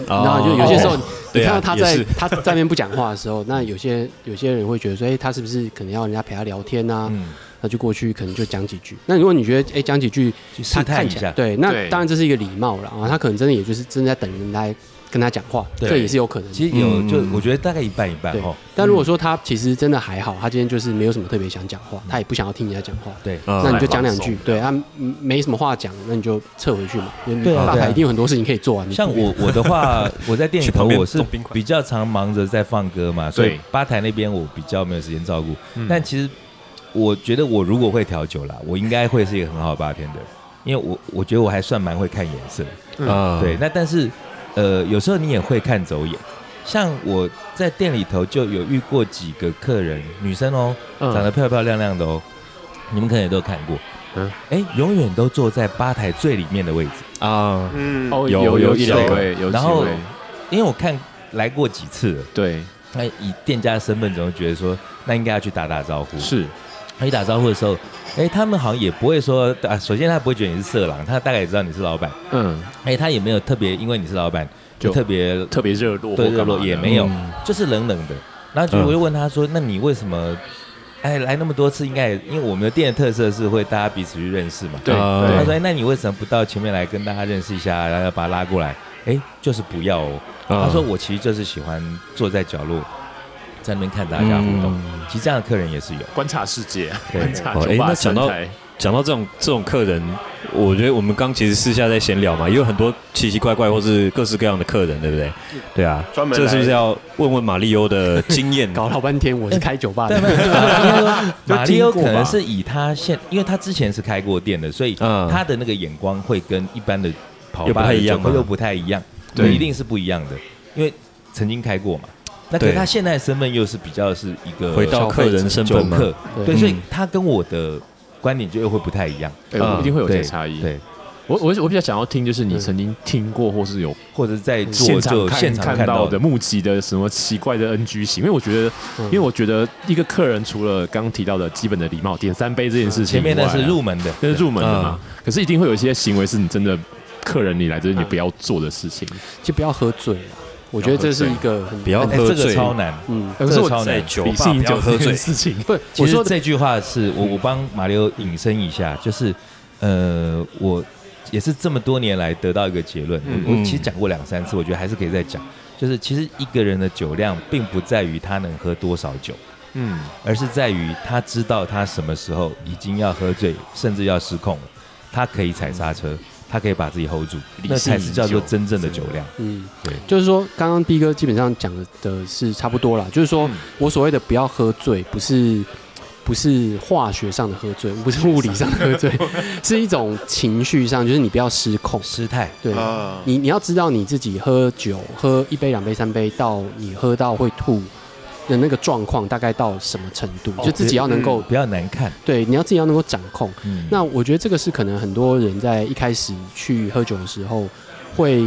Speaker 5: 然
Speaker 2: 哦
Speaker 5: 后就有些时候，你
Speaker 2: 对啊
Speaker 5: 看到他在
Speaker 2: 也是
Speaker 5: 他在那边不讲话的时候，那有些有些人会觉得说，哎，他是不是可能要人家陪他聊天啊？
Speaker 4: 嗯，
Speaker 5: 那就过去可能就讲几句。那如果你觉得哎讲几句，
Speaker 4: 去试
Speaker 5: 他
Speaker 4: 探
Speaker 5: 看
Speaker 4: 一
Speaker 5: 起来
Speaker 4: 下，
Speaker 5: 对，那
Speaker 3: 对
Speaker 5: 当然这是一个礼貌了啊，他可能真的也就是真的在等人来跟他讲话，
Speaker 4: 对
Speaker 5: 这也是有可能的。
Speaker 4: 其实有
Speaker 2: 嗯
Speaker 4: 就我觉得大概一半一半
Speaker 5: 对
Speaker 4: 哦。
Speaker 5: 但如果说他其实真的还好，他今天就是没有什么特别想讲话，他也不想要听人家讲话，
Speaker 4: 嗯对，哦
Speaker 5: 那你
Speaker 2: 啊
Speaker 5: 就讲两
Speaker 3: 放
Speaker 5: 句
Speaker 3: 松，
Speaker 5: 对，他没什么话讲，那你就撤回去嘛。
Speaker 4: 对啊
Speaker 5: 吧
Speaker 4: 对啊
Speaker 5: 台一定有很多事情可以做啊。你
Speaker 4: 像 我我的话，我在店里
Speaker 2: 去
Speaker 4: 头
Speaker 2: 旁边
Speaker 4: 我是
Speaker 2: 动冰块
Speaker 4: 比较常忙着在放歌嘛，所以
Speaker 3: 对
Speaker 4: 吧台那边我比较没有时间照顾。
Speaker 2: 嗯
Speaker 4: 但其实我觉得我如果会调酒啦，我应该会是一个很好的八天的，因为我我觉得我还算蛮会看颜色。
Speaker 2: 啊
Speaker 4: 对，那但是呃，有时候你也会看走眼。像我在店里头就有遇过几个客人，女生哦，
Speaker 2: 嗯
Speaker 4: 长得漂漂亮亮的哦，你们可能也都看过。嗯
Speaker 3: 嗯，
Speaker 4: 哎，永远都坐在吧台最里面的位置，
Speaker 2: 啊，
Speaker 1: 嗯，
Speaker 3: 哦，
Speaker 2: 有
Speaker 3: 有
Speaker 2: 有
Speaker 3: 几
Speaker 2: 一两个
Speaker 3: 位，有几
Speaker 4: 然后
Speaker 3: 位，
Speaker 4: 因为我看来过几次了。
Speaker 3: 对，
Speaker 4: 那以店家的身份，总会觉得说，那应该要去打打招呼。
Speaker 3: 是
Speaker 4: 他一打招呼的时候，哎，他们好像也不会说啊，首先他不会觉得你是色狼，他大概也知道你是老板，
Speaker 3: 嗯，
Speaker 4: 哎，他也没有特别因为你是老板就
Speaker 3: 就
Speaker 4: 特别
Speaker 3: 特别热络或
Speaker 4: 对
Speaker 3: 干嘛的，
Speaker 4: 热络也没有
Speaker 2: 嗯，
Speaker 4: 就是冷冷的。然后就
Speaker 2: 嗯
Speaker 4: 我就问他说：“那你为什么？哎，来那么多次，应该也因为我们的店的特色是会大家彼此去认识嘛。
Speaker 3: 对
Speaker 2: 啊
Speaker 4: 他说：“
Speaker 3: 对，
Speaker 4: 哎，那你为什么不到前面来跟大家认识一下，然后要把他拉过来？哎，就是不要哦。
Speaker 2: 啊
Speaker 4: 他说：“我其实就是喜欢坐在角落，在那边看大家互动。
Speaker 2: 嗯
Speaker 4: 其实这样的客人也是有。
Speaker 3: 观察世界，
Speaker 4: 对
Speaker 3: 观察
Speaker 2: 哦哎
Speaker 3: 酒吧
Speaker 2: 那讲
Speaker 3: 生
Speaker 2: 到
Speaker 3: 态，
Speaker 2: 讲到这种这种客人，我觉得我们刚其实私下在闲聊嘛，也有很多奇奇怪怪或是各式各样的客人，对不对？对啊，
Speaker 1: 专门
Speaker 2: 这是不是
Speaker 1: 来
Speaker 2: 要问问马里欧的经 验？
Speaker 5: 搞老半天，我是开酒吧
Speaker 4: 哎但
Speaker 5: 的，
Speaker 4: 没有，马里 欧马里
Speaker 3: 经
Speaker 4: 欧
Speaker 3: 过
Speaker 4: 可能
Speaker 3: 吧
Speaker 4: 是以他现，因为他之前是开过店的，所以
Speaker 2: 嗯
Speaker 4: 他的那个眼光会跟一般的跑
Speaker 2: 又不
Speaker 4: 吧
Speaker 2: 太
Speaker 4: 的
Speaker 2: 一样
Speaker 4: 酒会
Speaker 2: 吗
Speaker 4: 又不太一样，
Speaker 2: 对
Speaker 4: 一定是不一样的，因为曾经开过嘛。那可是
Speaker 2: 对
Speaker 4: 他现在身份又是比较是一个
Speaker 2: 回到客人身
Speaker 4: 酒
Speaker 2: 份吗？
Speaker 4: 客，
Speaker 5: 对
Speaker 4: 对，
Speaker 2: 嗯
Speaker 4: 所以他跟我的观点就又会不太一样，
Speaker 3: 对，
Speaker 2: 嗯
Speaker 3: 哎一定会有
Speaker 4: 啊对
Speaker 3: 些差异。
Speaker 4: 对，
Speaker 3: 我我我比较想要听，就是你
Speaker 5: 嗯
Speaker 3: 曾经听过或是有
Speaker 4: 或者在做
Speaker 3: 现场
Speaker 4: 就
Speaker 3: 看
Speaker 4: 现场
Speaker 3: 看
Speaker 4: 到
Speaker 3: 到的、目击的什么奇怪的 NG 行，因为我觉得，
Speaker 5: 嗯
Speaker 3: 因为我觉得一个客人除了刚提到的基本的礼貌，点三杯这件事情以外啊，
Speaker 4: 前面那是入门的，嗯
Speaker 3: 那是入门的嘛，可是一定会有一些行为是你真的客人你来这边你不要做的事
Speaker 4: 哦
Speaker 3: 情。
Speaker 5: 就不要喝醉了。我觉得这是一个很
Speaker 2: 不要
Speaker 4: 哎，
Speaker 2: 喝
Speaker 4: 这
Speaker 2: 醉
Speaker 4: 个超难。
Speaker 5: 嗯，
Speaker 3: 可
Speaker 4: 这
Speaker 3: 是
Speaker 4: 个
Speaker 3: 我
Speaker 4: 超
Speaker 2: 在
Speaker 4: 难
Speaker 2: 酒
Speaker 3: 理
Speaker 2: 吧
Speaker 3: 性
Speaker 2: 不
Speaker 3: 饮
Speaker 2: 要
Speaker 3: 酒
Speaker 2: 喝
Speaker 3: 这件
Speaker 2: 醉。
Speaker 3: 事情，
Speaker 5: 不，
Speaker 4: 其
Speaker 5: 我
Speaker 4: 实
Speaker 5: 说
Speaker 4: 这句话是我我帮马里欧引申一下，就是呃，我也是这么多年来得到一个结论，我我
Speaker 2: 嗯
Speaker 4: 其实讲过两三次，我觉得还是可以再讲，就是其实一个人的酒量并不在于他能喝多少酒，
Speaker 3: 嗯，
Speaker 4: 而是在于他知道他什么时候已经要喝醉，甚至要失控了，他可以踩刹车，他可以把自己 hold 住，那才是叫做真正的酒量。
Speaker 5: 嗯
Speaker 4: 对，
Speaker 5: 就是说，刚刚 B 哥基本上讲的的是差不多啦，就是说我所谓的不要喝醉，不是不是化学上的喝醉，不是物理上的喝醉，是一种情绪上，就是你不要失控。
Speaker 4: 失态，
Speaker 5: 对，
Speaker 1: 啊，
Speaker 5: 你你要知道你自己喝酒，喝一杯、两杯、三杯，到你喝到会吐的那个状况，大概到什么程度，就自己要能够
Speaker 4: 不要难看。
Speaker 5: 对，你要自己要能够掌控。
Speaker 4: 嗯，
Speaker 5: 那我觉得这个是可能很多人在一开始去喝酒的时候会，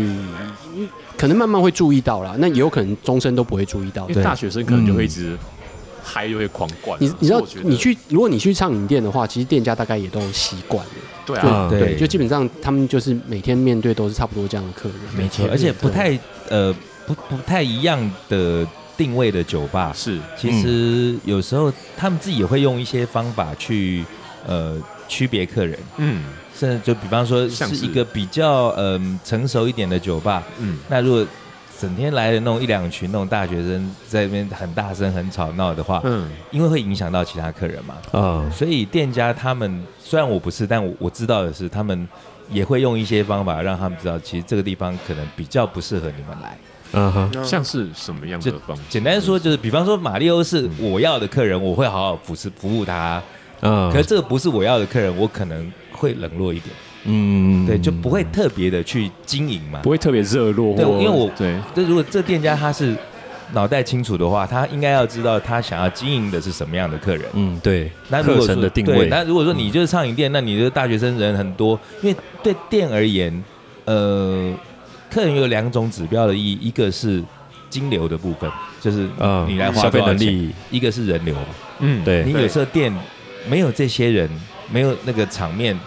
Speaker 5: 可能慢慢会注意到啦，那也有可能终身都不会注意到
Speaker 3: 因。
Speaker 4: 对
Speaker 3: 为大学生可能就会一直嗨，就会狂灌啊。
Speaker 5: 你你知道
Speaker 3: 所以我觉，得
Speaker 5: 你去如果你去畅饮店的话，其实店家大概也都习惯了，
Speaker 3: 对
Speaker 5: 对
Speaker 3: 啊，
Speaker 2: 啊
Speaker 5: 对，就基本上他们就是每天面对都是差不多这样的客人，
Speaker 4: 没错，而且不太呃不不太一样的定位的酒吧，
Speaker 3: 是
Speaker 4: 其实有时候他们自己也会用一些方法去呃区别客人，
Speaker 3: 嗯
Speaker 4: 甚至就比方说呃
Speaker 3: 像
Speaker 4: 是
Speaker 3: 是
Speaker 4: 一个比较嗯、成熟一点的酒吧，
Speaker 3: 嗯
Speaker 4: 那如果整天来的那种一两群那种大学生在那边很大声很吵闹的话，
Speaker 3: 嗯，
Speaker 4: 因为会影响到其他客人嘛，
Speaker 2: 啊，
Speaker 4: 所以店家他们虽然我不是，但我我知道的是，他们也会用一些方法让他们知道，其实这个地方可能比较不适合你们来。
Speaker 2: 嗯哼，
Speaker 3: 像是什么样的
Speaker 4: 就
Speaker 3: 方法？
Speaker 4: 简单说就是，比方说马里欧是我要的客人，我会好好服侍服务他，
Speaker 3: 嗯
Speaker 2: 啊，
Speaker 4: 可是这个不是我要的客人，我可能会冷落一点，
Speaker 2: 嗯，
Speaker 4: 对，就不会特别的去经营嘛
Speaker 3: 不。会特别热络或，
Speaker 4: 对因为我
Speaker 3: 对
Speaker 4: 这如果这店家他是脑袋清楚的话，他应该要知道他想要经营的是什么样的客人。
Speaker 2: 嗯，对，
Speaker 4: 那如果
Speaker 2: 课
Speaker 4: 说
Speaker 2: 程的定
Speaker 4: 对
Speaker 2: 位，嗯
Speaker 4: 那如果说你就是畅饮店，那你的大学生人很多，因为对店而言，呃，客人有两种指标的意义，一个是金流的部分，就是
Speaker 2: 嗯
Speaker 4: 你来花
Speaker 2: 消费
Speaker 4: 多少
Speaker 2: 能
Speaker 4: 钱
Speaker 2: 力，
Speaker 4: 一个是人流嘛。
Speaker 3: 嗯
Speaker 2: 对
Speaker 4: 你
Speaker 1: 对
Speaker 4: 有时候店没有这些人，没有那个场面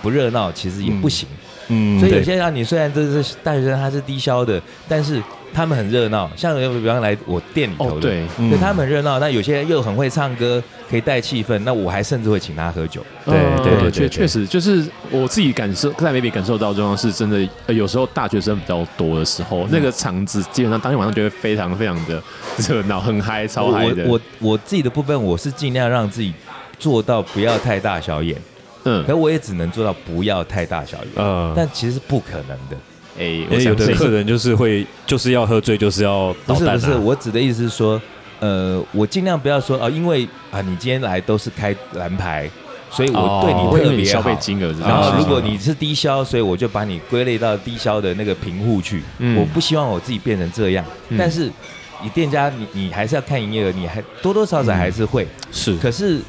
Speaker 4: 不热闹，其实也不行。
Speaker 2: 嗯，
Speaker 4: 所以有
Speaker 2: 对
Speaker 4: 些让你虽然这是大学生，他是低消的，但是他们很热闹。像有比方来我店里头
Speaker 3: 哦
Speaker 4: 的，
Speaker 3: 对，
Speaker 2: 嗯
Speaker 4: 对他们很热闹，那有些人又很会唱歌，可以带气氛，那我还甚至会请他喝酒。
Speaker 2: 对
Speaker 3: 呃
Speaker 2: 对对对
Speaker 3: 确
Speaker 2: 对
Speaker 3: 确实就是我自己感受，在 maybe 感受到的状况是真的，呃有时候大学生比较多的时
Speaker 4: 嗯
Speaker 3: 候，那个场子基本上当天晚上就会非常非常的 热闹，很嗨，超嗨的。
Speaker 4: 我我我自己的部分，我是尽量让自己做到不要太大小眼，
Speaker 3: 嗯，
Speaker 4: 可我也只能做到不要太大小眼，
Speaker 2: 呃，
Speaker 4: 但其实是不可能的。
Speaker 3: 哎，我
Speaker 2: 也有
Speaker 3: 想
Speaker 2: 的
Speaker 3: 这
Speaker 2: 客人就是会就是要喝醉，就是要
Speaker 4: 不
Speaker 2: 捣
Speaker 4: 是
Speaker 2: 蛋啊
Speaker 4: 不是，我指的意思是说，呃，我尽量不要说哦、因为啊，你今天来都是开蓝牌，所以我对
Speaker 3: 哦
Speaker 4: 你
Speaker 3: 会有
Speaker 4: 特
Speaker 3: 你
Speaker 4: 别
Speaker 3: 消
Speaker 4: 好。
Speaker 3: 费金额这件事情，
Speaker 4: 然啊后如果你是低消，所以我就把你归类到低消的那个贫户去。
Speaker 3: 嗯
Speaker 4: 我不希望我自己变成这样，
Speaker 3: 嗯
Speaker 4: 但是你店家你你还是要看营业额，你还多多少少还是
Speaker 3: 嗯
Speaker 4: 会。
Speaker 2: 是
Speaker 4: 可是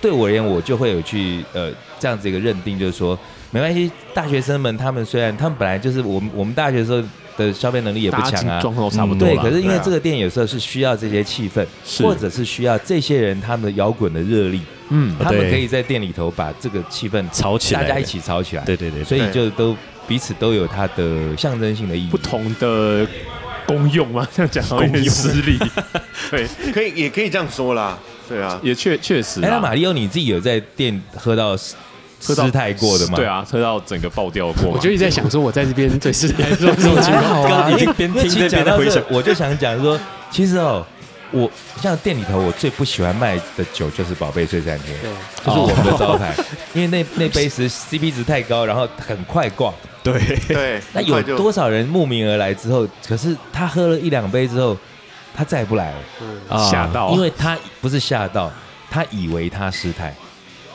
Speaker 4: 对我而言，我就会有去呃这样子一个认定，就是说没关系，大学生们他们虽然他们本来就是我们我们大学时候的消费能力也不
Speaker 3: 大家
Speaker 4: 强啊，
Speaker 3: 状况都差不多
Speaker 4: 对，
Speaker 3: 啦
Speaker 4: 可是因
Speaker 3: 对
Speaker 4: 为
Speaker 3: 啊
Speaker 4: 这个店有时候是需要这些气氛，
Speaker 3: 是
Speaker 4: 或者是需要这些人他们的摇滚的热力，
Speaker 3: 嗯
Speaker 4: 他们
Speaker 2: 对
Speaker 4: 可以在店里头把这个气氛
Speaker 2: 吵起来
Speaker 4: 大
Speaker 2: 的，
Speaker 4: 家一起吵起来，
Speaker 2: 对，对对，
Speaker 4: 所以
Speaker 1: 对
Speaker 4: 就都彼此都有它的象征性的意义
Speaker 3: 不。同的功用嘛，这样讲好像有点失礼。对，
Speaker 1: 可以也可以这样说啦，对啊，
Speaker 3: 也确确实
Speaker 4: 哎，那
Speaker 3: 啦，
Speaker 4: 马里奥，你自己有在店喝到
Speaker 3: 喝到
Speaker 4: 失态过的吗？
Speaker 3: 对，啊，喝到整个爆掉过嘛。
Speaker 5: 我就一直 在想说，我在这边最适合做这种情
Speaker 4: 还
Speaker 5: 况。
Speaker 4: 好
Speaker 2: 刚
Speaker 4: 啊，
Speaker 2: 刚已经
Speaker 4: 因为
Speaker 2: 边
Speaker 4: 因为
Speaker 2: 听
Speaker 4: 其
Speaker 2: 着
Speaker 4: 实讲
Speaker 2: 边
Speaker 4: 到
Speaker 2: 回
Speaker 4: 这
Speaker 2: 想，
Speaker 4: 我就想讲说，其实哦，我像店里头我最不喜欢卖的酒就是宝贝碎三天，就是我们的招牌，因为那那杯是 CP 值太高，然后很快逛。
Speaker 2: 对，
Speaker 1: 对，
Speaker 4: 那
Speaker 1: 很快
Speaker 4: 有
Speaker 1: 就
Speaker 4: 多少人慕名而来之后，可是他喝了一两杯之后，他再也不来了，
Speaker 5: 嗯，
Speaker 2: 啊
Speaker 3: 吓到，
Speaker 4: 因为他不是吓到，他以为他失态。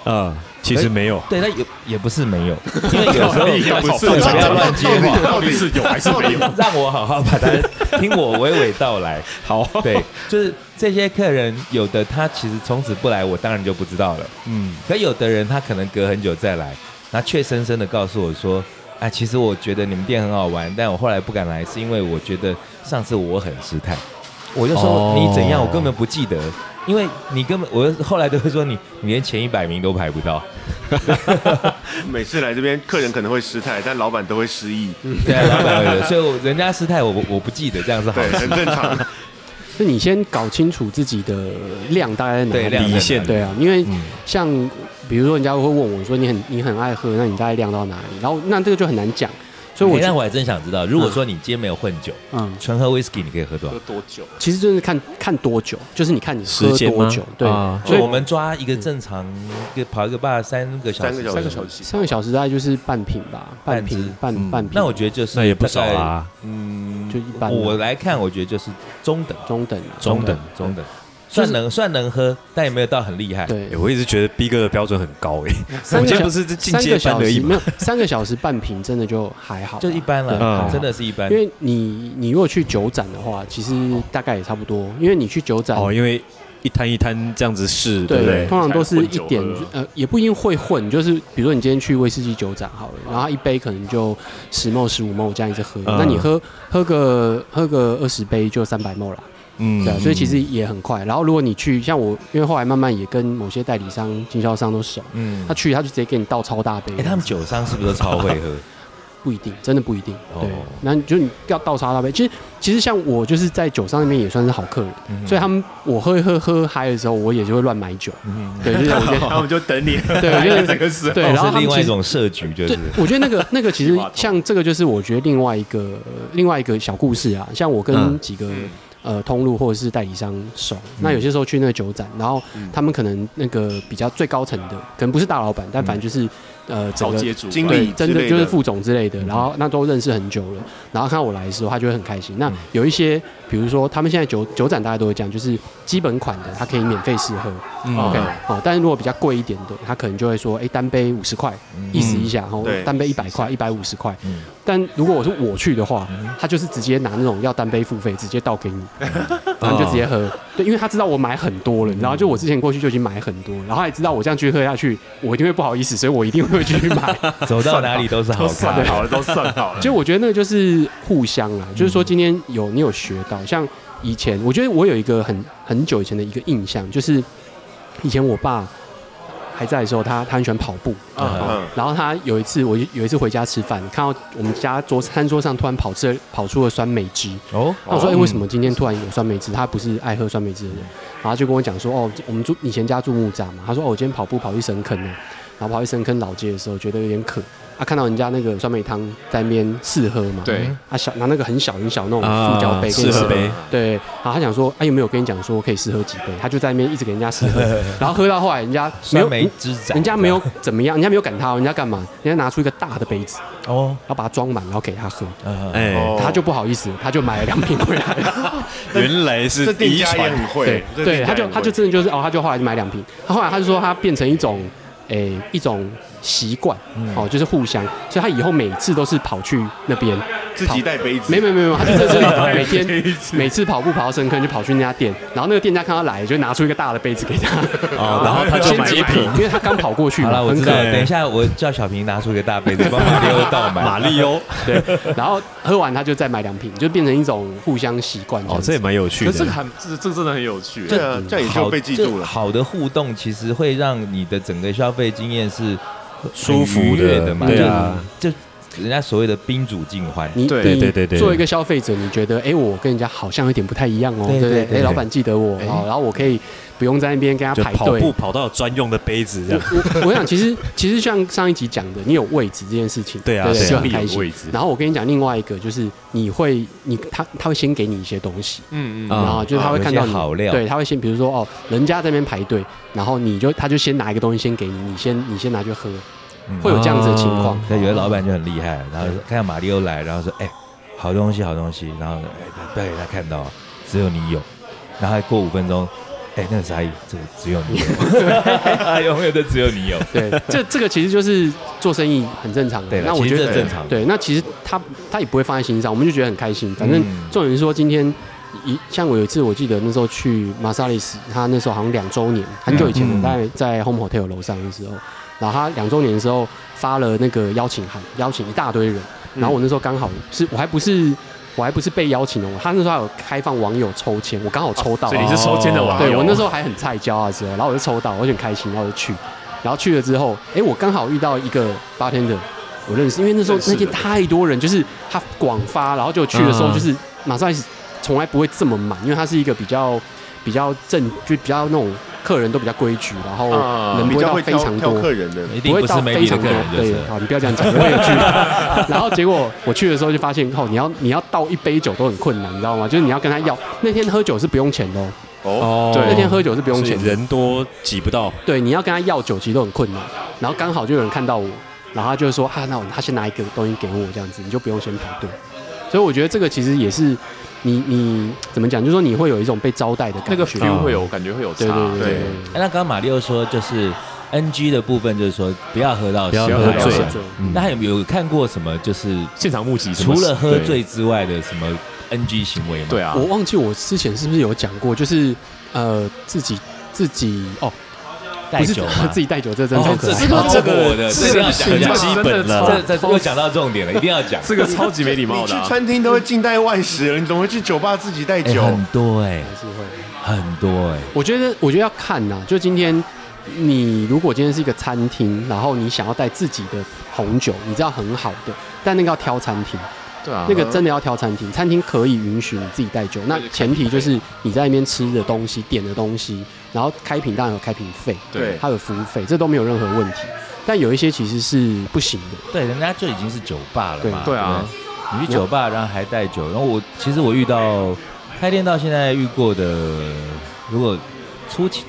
Speaker 2: 啊，其实没有，
Speaker 4: 对，他也也不是没有，因为有时 候
Speaker 3: 也不是
Speaker 4: 不要乱接话。
Speaker 3: 到底是有还是没有？
Speaker 4: 让我好好把它听我娓娓道来。
Speaker 2: 好，
Speaker 4: 对，就是这些客人，有的他其实从此不来，我当然就不知道了。
Speaker 2: 嗯，
Speaker 4: 可有的人他可能隔很久再来，那却生生的告诉我说：“哎，其实我觉得你们店很好玩，但我后来不敢来，是因为我觉得上次我很失态。”我就说
Speaker 2: 哦：“
Speaker 4: 你怎样？我根本不记得，因为你根本我后来都会说你，你连前一百名都排不 到。
Speaker 1: 每次来这边，客人可能会失态，但老板都会失忆，
Speaker 4: 对啊，老板会的，所以我人家失态，我不我不记得，这样是好
Speaker 1: 对，
Speaker 4: 事。
Speaker 1: 很正常。
Speaker 5: 就你先搞清楚自己的量大概在哪
Speaker 4: 对，
Speaker 5: 里。
Speaker 4: 量
Speaker 2: 离
Speaker 4: 在
Speaker 2: 线
Speaker 4: 哪里
Speaker 5: 对啊，因为
Speaker 2: 嗯
Speaker 5: 像比如说人家会问我说你很你很爱喝，那你大概量到哪里？然后那这个就很难讲，所以我
Speaker 4: 欸
Speaker 5: 觉
Speaker 4: 那
Speaker 5: 得
Speaker 4: 我还真想知道，如果说你今天没有混酒，
Speaker 5: 嗯，
Speaker 4: 纯喝 whisky 你可以喝多少？
Speaker 3: 多久？
Speaker 5: 其实就是看看多久，就是你看你喝
Speaker 2: 时间
Speaker 5: 多
Speaker 2: 吗
Speaker 5: 久，？对，
Speaker 2: 啊
Speaker 5: 所
Speaker 4: 所
Speaker 5: 以
Speaker 4: 以我们抓一
Speaker 5: 嗯
Speaker 4: 个正常，一个跑一个坝 三个小
Speaker 1: 三
Speaker 4: 时，
Speaker 1: 个小时，
Speaker 3: 时
Speaker 5: 三个小时大概就是半瓶吧，半
Speaker 4: 半
Speaker 5: 瓶
Speaker 4: 支
Speaker 5: 半
Speaker 2: 嗯
Speaker 5: 半瓶，
Speaker 4: 那我觉得就是
Speaker 2: 那也不少
Speaker 4: 大概。
Speaker 2: 啦，
Speaker 4: 嗯
Speaker 5: 就一般的
Speaker 4: 我来看，我觉得就是中等，
Speaker 5: 中等啊，
Speaker 2: 中等
Speaker 4: 中等，
Speaker 5: 就是
Speaker 4: 算能算能喝，但也没有到很厉害。
Speaker 5: 对
Speaker 2: 欸。我一直觉得逼哥的标准很高诶，
Speaker 5: 三
Speaker 2: 我
Speaker 5: 个
Speaker 2: 今天
Speaker 5: 小
Speaker 2: 不是进
Speaker 5: 三
Speaker 2: 阶
Speaker 5: 个
Speaker 2: 班
Speaker 5: 小
Speaker 2: 而已
Speaker 5: 时没
Speaker 2: 吗？
Speaker 5: 有三个小时半瓶，真的就还好啦，
Speaker 4: 就一般
Speaker 5: 对
Speaker 4: 了，
Speaker 2: 嗯
Speaker 4: 真的是一般
Speaker 5: 因。为你你如果去酒展的话，其实大概也差不多，因为你去酒展，
Speaker 2: 哦，因为一摊一摊这样子试，对不对？
Speaker 5: 通常都是一点
Speaker 3: 才混酒喝
Speaker 5: 呃，也不一定会混，就是比如说你今天去威士忌酒展好了，然后它一杯可能就十毛十五毛这样一直喝，
Speaker 2: 嗯
Speaker 5: 那你喝喝个喝个二十杯就三百毛了，
Speaker 2: 嗯
Speaker 5: 对啊、所以其实也很快。然后如果你去像我，因为后来慢慢也跟某些代理商、经销商都熟，
Speaker 4: 嗯
Speaker 5: 他，去他就直接给你倒超大杯，
Speaker 4: 哎，他们酒商是不是都超会喝？
Speaker 5: 不一定，真的不一定。对
Speaker 4: 哦，
Speaker 5: 那你就你要倒茶倒杯。其实其实像我就是在酒商那边也算是好客人，所以他们我喝一喝喝嗨的时候，我也就会乱买酒。对，就是我觉得
Speaker 1: 那我们就等你。
Speaker 5: 对，我觉 得
Speaker 1: 这个时候
Speaker 5: 对，然后
Speaker 4: 哦是
Speaker 5: 他们
Speaker 4: 另外
Speaker 5: 其
Speaker 4: 一
Speaker 5: 实
Speaker 4: 种设局，就是
Speaker 5: 对，我觉得那个那个其实像这个就是我觉得另外一个呃另外一个小故事啊，像我跟
Speaker 4: 嗯
Speaker 5: 几个、呃通路或者是代理商熟，那有些时候去那个酒展，然后他们可能那个比较最高层的，可能不是大老板，但反正就是、呃整
Speaker 3: 找
Speaker 5: 个
Speaker 3: 接主管
Speaker 1: 经理
Speaker 5: 对，
Speaker 1: 之
Speaker 5: 真
Speaker 1: 类
Speaker 5: 的
Speaker 1: 的
Speaker 5: 就是副总之类的，然后那都认识很久了，然后看到我来的时候，他就会很开心。那有一些，比如说他们现在酒酒展大家都会讲，就是基本款的，他可以免费试喝
Speaker 4: 嗯
Speaker 5: ，OK，好，但是如果比较贵一点的，他可能就会说，哎，单杯五十块，意思一下，哈
Speaker 1: 对，
Speaker 5: 单杯一百块，一百五十块
Speaker 4: 嗯。
Speaker 5: 但如果我是我去的话，他就是直接拿那种要单杯付费，直接倒给 你，然后你就直接喝。对，因为他知道我买很多了，然后就我之前过去就已经买很多，然后他也知道我这样去喝下去，我一定会不好意思，所以我一定会继续买。
Speaker 4: 走到哪里都是好
Speaker 1: 都算
Speaker 4: 看。
Speaker 1: 好了，都算好 了。
Speaker 5: 就我觉得那个就是互相啦，就是说今天有你有学到，像以前我觉得我有一个很很久以前的一个印象，就是以前我爸还在的时候，他他很喜欢跑步，
Speaker 4: 嗯
Speaker 1: 嗯，
Speaker 5: 然后他有一次我有一次回家吃饭，看到我们家桌餐桌上突然跑出了跑出了酸梅汁，
Speaker 4: 哦，
Speaker 5: 那我说，哎、为什么今天突然有酸梅汁？他不是爱喝酸梅汁的人，然后他就跟我讲说，哦，我们住以前家住木栅嘛，他说，哦，我今天跑步跑一深坑呢、然后跑一深坑老街的时候，觉得有点渴，啊，看到人家那个酸梅汤在那边试喝嘛，
Speaker 3: 对，
Speaker 5: 啊小拿那个很小很小那种塑胶杯跟
Speaker 2: 四
Speaker 5: 你
Speaker 2: 十
Speaker 5: 试
Speaker 2: 杯，
Speaker 5: 对，然后他想说，哎、有没有跟你讲说可以试喝几杯？他就在那边一直给人家试喝，然后喝到后来人家没
Speaker 4: 酸
Speaker 5: 有，嗯
Speaker 4: 梅之展，
Speaker 5: 人家没有怎么样，人家没有赶他哦，人家干嘛？人家拿出一个大的杯子，
Speaker 4: 哦，
Speaker 5: 然后把它装满，然后给他喝，
Speaker 4: 嗯，
Speaker 2: 哎，
Speaker 1: 哦
Speaker 5: 他就不好意思，他就买了两瓶回来了。
Speaker 2: 原来是
Speaker 1: 这店
Speaker 2: 遗
Speaker 1: 家也
Speaker 2: 传哦
Speaker 1: 很会
Speaker 5: 对，
Speaker 1: 这
Speaker 5: 对，
Speaker 1: 店家
Speaker 5: 他就
Speaker 1: 也很
Speaker 5: 他就
Speaker 1: 会
Speaker 5: 真的就是哦，他就后来就买两瓶，他后来他就说他变成一种诶、一种习惯
Speaker 1: 嗯
Speaker 5: 哦，就是互相，所以他以后每次都是跑去那边，
Speaker 1: 自己带杯子，
Speaker 5: 没没没有，他就在这里 每
Speaker 1: 每
Speaker 5: 天
Speaker 1: 次
Speaker 5: 每次跑步跑到深坑就跑去那家店，然后那个店家看他来就拿出一个大的杯子给他，
Speaker 2: 哦， 然后他就
Speaker 5: 先
Speaker 2: 买
Speaker 5: 截
Speaker 2: 一
Speaker 5: 屏
Speaker 2: 瓶，
Speaker 5: 因为他刚跑过去
Speaker 4: 好
Speaker 5: 嘛，
Speaker 4: 了，我
Speaker 5: 很
Speaker 4: 知
Speaker 5: 可
Speaker 4: 道了。
Speaker 5: 爱。
Speaker 4: 等一下，我叫小平拿出一个大杯子，帮我溜到满。
Speaker 2: 马
Speaker 5: 哦
Speaker 2: 哦里欧，
Speaker 5: 然后喝完他就再买两瓶，就变成一种互相习惯。
Speaker 2: 哦，这也蛮有趣
Speaker 3: 可
Speaker 2: 的。
Speaker 3: 是这个很这这个真的很有趣。欸嗯
Speaker 1: 对啊，这样也就被记住
Speaker 4: 好
Speaker 1: 了。
Speaker 4: 好的互动其实会让你的整个消费经验是很
Speaker 2: 舒服的
Speaker 4: 愉悦的嘛，
Speaker 2: 对啊
Speaker 4: 就，就人家所谓的宾主尽欢。
Speaker 5: 你
Speaker 3: 对
Speaker 5: 你
Speaker 2: 对对对
Speaker 5: 作为一个消费者，你觉得哎、诶我跟人家好像有点不太一样哦，
Speaker 4: 对
Speaker 5: 对不
Speaker 4: 对
Speaker 5: 对？
Speaker 4: 对
Speaker 5: 哎，
Speaker 4: 对
Speaker 5: 老板记得我，哦然后我可以不用在那边跟他
Speaker 2: 就
Speaker 5: 排
Speaker 2: 跑
Speaker 5: 队
Speaker 2: 步。跑到专用的杯子这样，
Speaker 5: 我我想，其实其实像上一集讲的，你有位置这件事情，
Speaker 2: 对啊
Speaker 5: 对
Speaker 2: 对啊
Speaker 5: 就很
Speaker 3: 心里
Speaker 5: 开
Speaker 3: 有
Speaker 5: 心
Speaker 3: 位置。
Speaker 5: 然后我跟你讲另外一个，就是你会你他他会先给你一些东西，
Speaker 1: 嗯嗯
Speaker 5: 然后
Speaker 2: 啊，
Speaker 5: 就是他会
Speaker 4: 有
Speaker 5: 看
Speaker 4: 些
Speaker 5: 到你
Speaker 4: 好料
Speaker 5: 对，他会先比如说哦，人家在那边排队，然后你就他就先拿一个东西先给你，你先你先拿去喝，
Speaker 4: 嗯
Speaker 5: 会有这样子的情况
Speaker 2: 哦。
Speaker 4: 对，有的老板就很厉害，然后看到马里欧来，然后说：“哎、好东西，好东西。”然后哎，不要给他看到，只有你有。然后过五分钟，哎、那个啥，这个只有你 有， 永远都只有你有。
Speaker 5: 对，这这个其实就是做生意很正常的。
Speaker 4: 对啦
Speaker 5: 那我
Speaker 4: 其
Speaker 5: 觉
Speaker 4: 实
Speaker 5: 得
Speaker 4: 这正常
Speaker 5: 对，那其实他他也不会放在心上，我们就觉得很开心。反正
Speaker 4: 嗯
Speaker 5: 重点是说今天。一像我有一次，我记得那时候去玛莎丽斯，他那时候好像两周年，很久以前，
Speaker 4: 嗯
Speaker 5: 我在在 Home Hotel 楼上的时候，然后他两周年的时候发了那个邀请函，邀请一大堆人，然后我那时候刚好是我还不是我还不是被邀请的，我他那时候还有开放网友抽签，我刚好抽到，
Speaker 3: 哦所以你是
Speaker 4: 哦
Speaker 3: 抽签的网友，
Speaker 5: 对我那时候还很菜椒啊，之后，然后我就抽到，我就很开心，然后我就去，然后去了之后，哎，我刚好遇到一个 bartender，我认识，因为那时候
Speaker 1: 认识
Speaker 5: 那
Speaker 1: 的
Speaker 5: 天太多人，就是他广发，然后就去的时候
Speaker 2: 嗯
Speaker 5: 就是马上一直从来不会这么满，因为他是一个比较比较正，就比较那种客人都比较规矩，然后
Speaker 3: 啊
Speaker 5: 人
Speaker 1: 比
Speaker 5: 不会
Speaker 1: 较
Speaker 5: 到
Speaker 1: 会
Speaker 5: 非
Speaker 1: 挑
Speaker 5: 常
Speaker 1: 挑
Speaker 5: 多，
Speaker 1: 客人的，
Speaker 4: 一定
Speaker 5: 不会
Speaker 4: 不
Speaker 5: 到
Speaker 4: 是没
Speaker 5: 非
Speaker 4: 你的
Speaker 5: 常
Speaker 4: 客
Speaker 5: 多
Speaker 4: 人，，就是
Speaker 5: 对，好，你不要这样讲，我也去。 然后结果我去的时候就发现，哦，你要你要倒一杯酒都很困难，你知道吗？就是你要跟他要，那天喝酒是不用钱的哦，
Speaker 1: 哦，
Speaker 2: 哦，
Speaker 3: 对
Speaker 5: 那天喝酒是不用
Speaker 2: 所以
Speaker 5: 钱的，
Speaker 2: 人多挤不到，
Speaker 5: 对，你要跟他要酒其实都很困难。然后刚好就有人看到我，然后他就说啊，那我他先拿一个东西给我这样子，你就不用先排队。所以我觉得这个其实也是你你怎么讲，就是说你会有一种被招待的感觉。
Speaker 3: 那个 feel 会有，我感觉会有差
Speaker 5: 对。对对
Speaker 1: 对
Speaker 5: 对，
Speaker 4: 哎那刚刚马里欧说就是 NG 的部分，就是说不要喝到
Speaker 2: 不要
Speaker 4: 酒
Speaker 2: 喝醉
Speaker 5: 醉
Speaker 4: 嗯那还有没有看过什么就是
Speaker 3: 现场目击什
Speaker 4: 除
Speaker 3: 么事
Speaker 4: 了喝，醉之外的什么 NG 行为吗？
Speaker 3: 对对，啊
Speaker 5: 我，忘记我之前是不是有讲过，就是呃自己自己哦，
Speaker 4: 带
Speaker 5: 不是。
Speaker 4: 酒嘛
Speaker 5: 自己带酒，这真的超可爱。
Speaker 4: 这个
Speaker 2: 啊这个
Speaker 4: 我的
Speaker 2: 这个
Speaker 4: 这个
Speaker 2: 很
Speaker 3: 这个
Speaker 2: 基本
Speaker 3: 真的
Speaker 2: 了
Speaker 3: 超。
Speaker 4: 这这又讲到重点了，一定要讲。
Speaker 3: 这个超级没礼
Speaker 1: 你
Speaker 3: 貌
Speaker 1: 去
Speaker 3: 的啊。
Speaker 1: 餐厅都会近代外食了，你怎么会去酒吧自己带
Speaker 4: 哎
Speaker 1: 酒？
Speaker 4: 很多哎、
Speaker 5: 还是会。
Speaker 4: 很多哎、
Speaker 5: 我觉得，我觉得要看呐、就今天你如果今天是一个餐厅，然后你想要带自己的红酒，你知道很好的，但那个要挑餐厅，
Speaker 3: 对啊，
Speaker 5: 那个真的要挑餐厅，餐厅可以允许你自己带酒，那前提就是你在那边吃的东西、点的东西，然后开瓶当然有开瓶费，
Speaker 1: 对
Speaker 5: 它有服务费，这都没有任何问题。但有一些其实是不行的，
Speaker 4: 对，人家就已经是酒吧了嘛。
Speaker 3: 对啊，
Speaker 4: 不对，你去酒吧，然后还带酒，然后我其实我遇到开店到现在遇过的，如果初期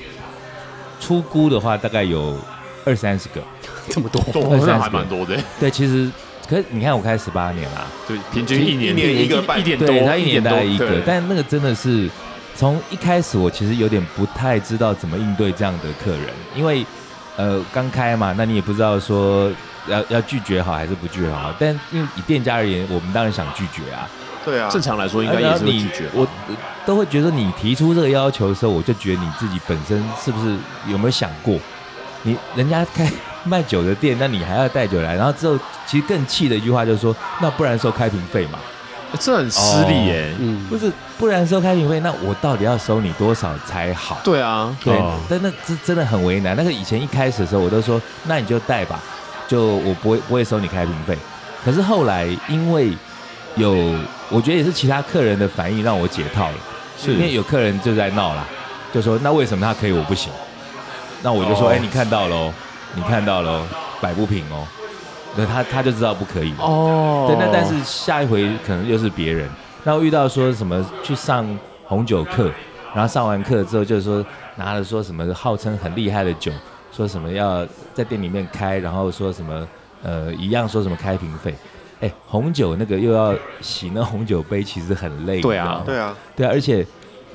Speaker 4: 初估的话，大概有二三十个。
Speaker 5: 这么多。
Speaker 3: 总量还蛮多的，
Speaker 4: 对，其实可是你看我开十八年啦，
Speaker 3: 对，平均一年
Speaker 1: 一年一个半
Speaker 3: 一点多
Speaker 4: 对，，他一年大概
Speaker 3: 多
Speaker 4: 一个
Speaker 3: 对，
Speaker 4: 但那个真的是从一开始我其实有点不太知道怎么应对这样的客人，因为呃刚开嘛，那你也不知道说要要拒绝好还是不拒绝好，但因为以店家而言，我们当然想拒绝啊，
Speaker 1: 对啊，
Speaker 3: 正常来说应该也是会
Speaker 4: 你
Speaker 3: 拒绝吧，
Speaker 4: 我呃都会觉得你提出这个要求的时候，我就觉得你自己本身是不是有没有想过，你人家开卖酒的店，那你还要带酒来，然后之后其实更气的一句话就是说，那不然收开瓶费嘛。
Speaker 3: 这很失礼欸耶，
Speaker 5: 嗯
Speaker 4: 不，是，不然收开品费，那我到底要收你多少才好？
Speaker 3: 对啊，
Speaker 2: 哦
Speaker 4: 但那这真的很为难。那个以前一开始的时候，我都说那你就带吧，就我不会不会收你开瓶费。可是后来因为有，我觉得也是其他客人的反应让我解套了，
Speaker 3: 是
Speaker 4: 因为有客人就在闹啦，就说那为什么他可以我不行？那我就说，
Speaker 2: 哦
Speaker 4: 哎、你看到喽，你看到喽，摆不平哦。那他他就知道不可以了
Speaker 3: 哦
Speaker 4: 对，那但是下一回可能又是别人。那我遇到说什么去上红酒课，然后上完课之后就是说拿了说什么号称很厉害的酒，说什么要在店里面开，然后说什么呃一样说什么开瓶费。哎，红酒那个又要洗那红酒杯，其实很累。
Speaker 3: 对啊
Speaker 4: 你知道吗
Speaker 1: 对啊，
Speaker 4: 对啊，而且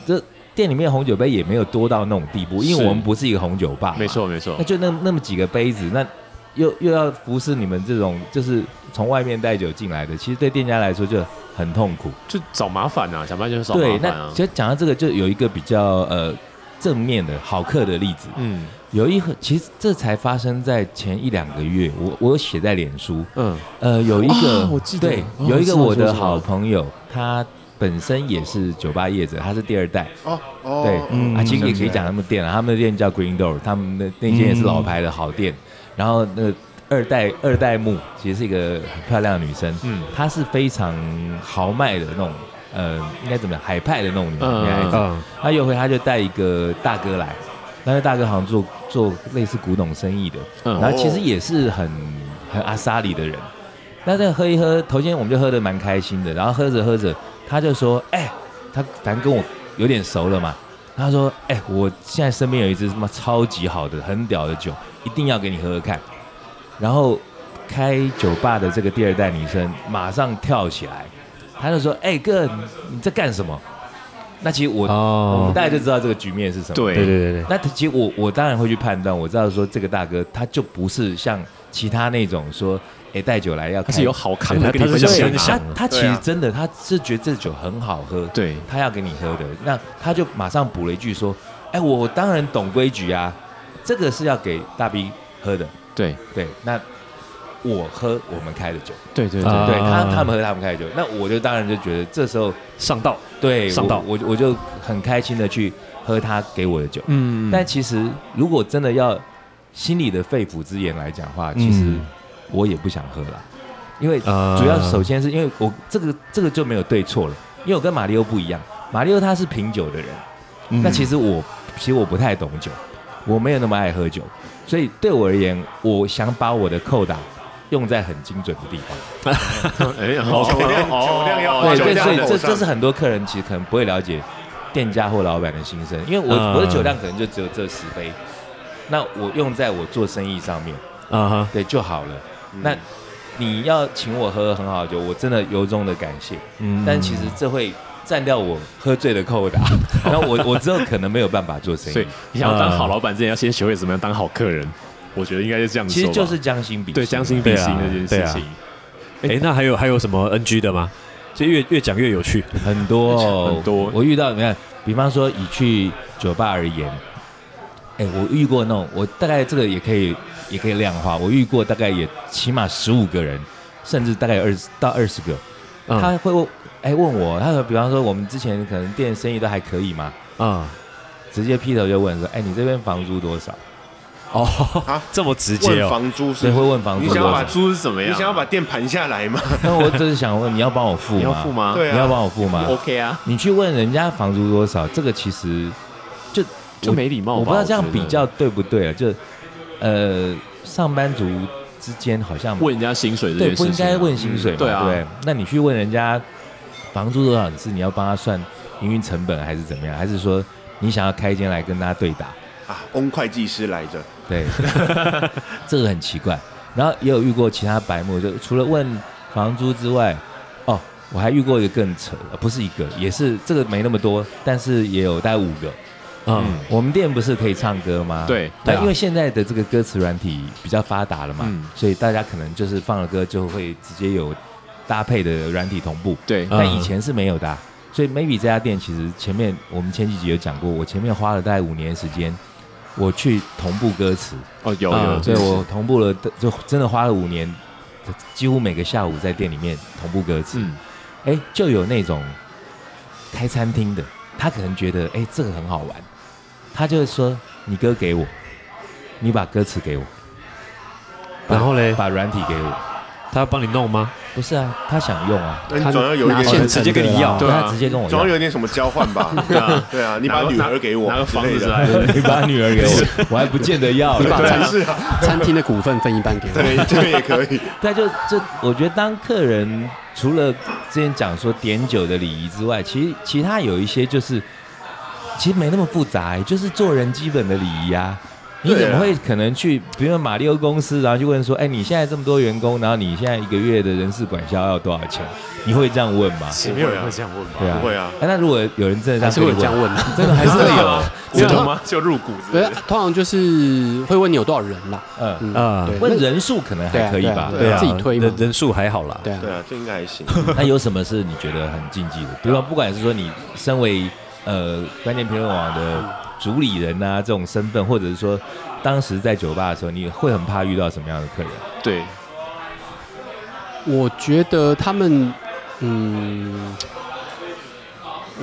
Speaker 4: 这店里面红酒杯也没有多到那种地步，因为
Speaker 3: 是
Speaker 4: 我们不是一个红酒吧，
Speaker 3: 没错没错
Speaker 4: 那，就那那么几个杯子，那又又要服侍你们这种就是从外面带酒进来的，其实对店家来说就很痛苦。
Speaker 3: 就找麻烦啊，想办法就是找
Speaker 4: 对，
Speaker 3: 麻烦
Speaker 4: 那
Speaker 3: 啊
Speaker 4: 其，实讲到这个，就有一个比较呃正面的好客的例子，
Speaker 3: 嗯
Speaker 4: 有一个其实这才发生在前一两个月，我我有写在脸书，
Speaker 3: 嗯，
Speaker 4: 呃，有一个、
Speaker 3: 啊我记得
Speaker 4: 对，
Speaker 3: 哦
Speaker 4: 有一个
Speaker 3: 我知
Speaker 4: 我
Speaker 3: 道说
Speaker 4: 的
Speaker 3: 什么
Speaker 4: 好朋友，他本身也是酒吧业者，他是第二代，
Speaker 1: 哦哦，
Speaker 4: 对，
Speaker 1: 嗯
Speaker 2: 嗯
Speaker 4: 啊，其实也可以
Speaker 2: 想起
Speaker 4: 讲他们店啊，他们的店叫 Green Door，他们的那间也是老牌的好店。然后那个二代二代目其实是一个很漂亮的女生，
Speaker 3: 嗯
Speaker 4: 她是非常豪迈的那种，呃，应该怎么样，海派的那种女
Speaker 3: 嗯
Speaker 4: 女孩子。
Speaker 2: 嗯，
Speaker 4: 那有回她就带一个大哥来，那个大哥好像做做类似古董生意的，
Speaker 3: 嗯
Speaker 4: 然后其实也是很很阿莎里的人。那这喝一喝，头先我们就喝的蛮开心的，然后喝着喝着，他就说：“哎、他反正跟我有点熟了嘛。”他说：“哎、我现在身边有一支什么超级好的、很屌的酒，一定要给你喝喝看。”然后开酒吧的这个第二代女生马上跳起来，她就说：“哎、哥，你在干什么？”那其实我、我
Speaker 2: 哦
Speaker 4: 们，大概就知道这个局面是什么。
Speaker 2: 对对对
Speaker 3: 对，
Speaker 2: 对，
Speaker 4: 那其实我我当然会去判断，我知道说这个大哥他就不是像其他那种说，哎、带酒来要
Speaker 3: 他
Speaker 4: 开
Speaker 3: 是有好康的
Speaker 2: 对
Speaker 3: 跟你
Speaker 2: 他
Speaker 3: 分
Speaker 2: 是想
Speaker 3: 享
Speaker 2: 分
Speaker 3: 啊，
Speaker 2: 享
Speaker 4: 他他其
Speaker 1: 对
Speaker 4: 实
Speaker 1: 啊
Speaker 4: 真的他是觉得这酒很好喝，
Speaker 3: 对，
Speaker 4: 他要给你喝的，那他就马上补了一句说，哎、我当然懂规矩啊，这个是要给大 B 喝的，
Speaker 3: 对
Speaker 4: 对，那我喝我们开的酒，
Speaker 3: 对对
Speaker 2: 啊
Speaker 4: 对他他们喝他们开的酒，那我就当然就觉得这时候
Speaker 2: 上道，
Speaker 4: 对
Speaker 2: 上道
Speaker 4: 我我我就很开心的去喝他给我的酒。
Speaker 3: 嗯
Speaker 4: 但其实如果真的要心里的肺腑之言来讲话，其实
Speaker 2: 嗯
Speaker 4: 我也不想喝了，因为
Speaker 2: 啊
Speaker 4: 主要首先是因为我这个这个就没有对错了，因为我跟马里欧不一样，马里欧他是品酒的人，
Speaker 2: 嗯
Speaker 4: 那其实我其实我不太懂酒，我没有那么爱喝酒，所以对我而言，我想把我的扣打用在很精准的地方。
Speaker 3: 哎，
Speaker 1: 好酒量
Speaker 3: 哦
Speaker 1: 酒量要
Speaker 3: 哦
Speaker 1: 好
Speaker 4: 对
Speaker 1: 酒
Speaker 4: 对，
Speaker 1: 量
Speaker 4: 所以这
Speaker 1: 口上
Speaker 4: 这是很多客人其实可能不会了解店家或老板的心声，因为我、
Speaker 2: 嗯
Speaker 4: 我的酒量可能就只有这十杯，那我用在我做生意上面，
Speaker 2: 啊哈，
Speaker 4: 对就好了。那你要请我喝很好的酒，我真的由衷的感谢，
Speaker 2: 嗯
Speaker 4: 但其实这会占掉我喝醉的扣打， 然后我我之后可能没有办法做生
Speaker 3: 所
Speaker 4: 意
Speaker 3: 以。你想要当好老板之前，要先学会怎么样当好客人，我觉得应该是这样说吧。
Speaker 4: 其实就是将心比心，
Speaker 3: 对将心比
Speaker 2: 对
Speaker 3: 心
Speaker 2: 啊
Speaker 3: 这件
Speaker 2: 对
Speaker 3: 事
Speaker 2: 啊
Speaker 3: 情。
Speaker 2: 哎，那还有还有什么 NG 的吗？这越越讲越有趣，
Speaker 4: 很多、哦、
Speaker 3: 很多
Speaker 4: 我遇到你看，比方说以去酒吧而言，哎，我遇过那种，我大概这个也可以也可以量化，我遇过大概也起码十五个人，甚至大概有二十到二十个，
Speaker 2: 嗯
Speaker 4: 他会问哎问我，他说比方说我们之前可能店生意都还可以嘛，
Speaker 2: 啊
Speaker 4: 直接劈头就问说，哎，你这边房租多少？
Speaker 2: 哦
Speaker 1: 啊，
Speaker 2: 这么直接
Speaker 1: 问
Speaker 2: 哦，
Speaker 1: 房租是
Speaker 4: 谁会问房
Speaker 1: 你
Speaker 4: 租
Speaker 1: 想
Speaker 4: 多
Speaker 1: 要
Speaker 4: 少
Speaker 1: 把？
Speaker 3: 租是怎么
Speaker 1: 你
Speaker 3: 样？
Speaker 1: 想要把店盘下来吗？
Speaker 4: 那我只是想问，你要帮我付吗？
Speaker 3: 你要付？吗？
Speaker 1: 对啊，
Speaker 4: 你要帮我付吗？
Speaker 3: ，OK 啊，
Speaker 4: 你去问人家房租多少，这个其实就
Speaker 3: 就没礼貌吧。
Speaker 4: 我不知道这样
Speaker 3: 觉得
Speaker 4: 比较对不对啊？就呃，上班族之间好像
Speaker 3: 问人家薪水这件
Speaker 4: 对
Speaker 3: 事
Speaker 4: 不
Speaker 3: 情啊，
Speaker 4: 应该问薪水嘛，
Speaker 3: 嗯对啊
Speaker 4: 不对？那你去问人家房租多少，你是你要帮他算营运成本，还是怎么样？还是说你想要开一间来跟大家对打？
Speaker 1: 啊，翁会计师来着，
Speaker 4: 对，这个很奇怪。然后也有遇过其他白目，就除了问房租之外，哦，我还遇过一个更扯的，呃不是一个，也是这个没那么多，但是也有大概五个。
Speaker 2: 嗯，
Speaker 4: 我们店不是可以唱歌吗？
Speaker 3: 对
Speaker 4: 但
Speaker 2: 对啊
Speaker 4: 因为现在的这个歌词软体比较发达了嘛，
Speaker 3: 嗯
Speaker 4: 所以大家可能就是放了歌就会直接有搭配的软体同步，
Speaker 3: 对
Speaker 2: 嗯
Speaker 4: 但以前是没有的啊、所以 maybe 这家店其实前面我们前几集有讲过，我前面花了大概五年时间，我去同步歌词，
Speaker 3: 哦，有
Speaker 2: 啊
Speaker 3: 有，
Speaker 4: 所
Speaker 3: 这
Speaker 4: 以
Speaker 3: 是
Speaker 4: 我同步了，就真的花了五年，几乎每个下午在店里面同步歌词。
Speaker 3: 嗯
Speaker 4: 哎、就有那种开餐厅的，他可能觉得哎、这个很好玩，他就会说你歌给我，你把歌词给我，把
Speaker 2: 然后嘞，
Speaker 4: 把软体给我。
Speaker 2: 他要帮你弄吗？
Speaker 4: 不是啊，他想用啊，
Speaker 1: 那你
Speaker 5: 他
Speaker 1: 总要有一
Speaker 5: 拿
Speaker 1: 点
Speaker 5: 现成的啦
Speaker 2: 直接跟你要
Speaker 3: 对啊
Speaker 4: 他直接跟我
Speaker 1: 总要
Speaker 4: 要。
Speaker 1: 有一点什么交换吧？
Speaker 3: 对啊，
Speaker 1: 对啊，你
Speaker 3: 拿
Speaker 1: 把
Speaker 3: 个
Speaker 1: 女儿给我
Speaker 3: 拿个
Speaker 1: 之
Speaker 3: 房
Speaker 1: 类
Speaker 3: 子
Speaker 1: 的，
Speaker 3: 来，
Speaker 4: 你把女儿给我，我还不见得要
Speaker 5: 你把
Speaker 4: 了。
Speaker 1: 对
Speaker 5: 餐
Speaker 1: 啊是啊，
Speaker 5: 餐厅的股份分一半给我。
Speaker 1: 对，这个也可以。
Speaker 4: 对，就就我觉得当客人除了之前讲说点酒的礼仪之外，其实其他有一些就是其实没那么复杂、欸就是做人基本的礼仪啊。你怎么会可能去，比如说马里奥公司，然后就问说，哎，你现在这么多员工，然后你现在一个月的人事管销要多少钱？你会这样问吗？
Speaker 1: 没有人会
Speaker 3: 这样问吧
Speaker 4: 对啊，
Speaker 1: 不会啊
Speaker 4: 哎那如果有人真的
Speaker 5: 还是
Speaker 4: 这
Speaker 5: 会
Speaker 4: 样
Speaker 5: 有这样
Speaker 4: 跟你问，
Speaker 5: 问的、
Speaker 4: 真的还是 会有，
Speaker 3: 真的吗？啊就入股
Speaker 5: 对，哎通常就是会问你有多少人啦。
Speaker 4: 嗯，
Speaker 5: 嗯，
Speaker 2: 啊
Speaker 5: 对，
Speaker 4: 问人数可能还可以吧。
Speaker 5: 对啊
Speaker 2: 啊，
Speaker 5: 自己推嘛
Speaker 2: 人人数还好啦。
Speaker 5: 对啊
Speaker 1: 对，啊，这应该还 行。
Speaker 4: 那有什么是你觉得很禁忌的？比如
Speaker 3: 啊
Speaker 4: 说，不管是说你身为呃关键评论网的主理人啊这种身份，或者是说当时在酒吧的时候，你会很怕遇到什么样的客人？
Speaker 3: 对，
Speaker 5: 我觉得他们，嗯，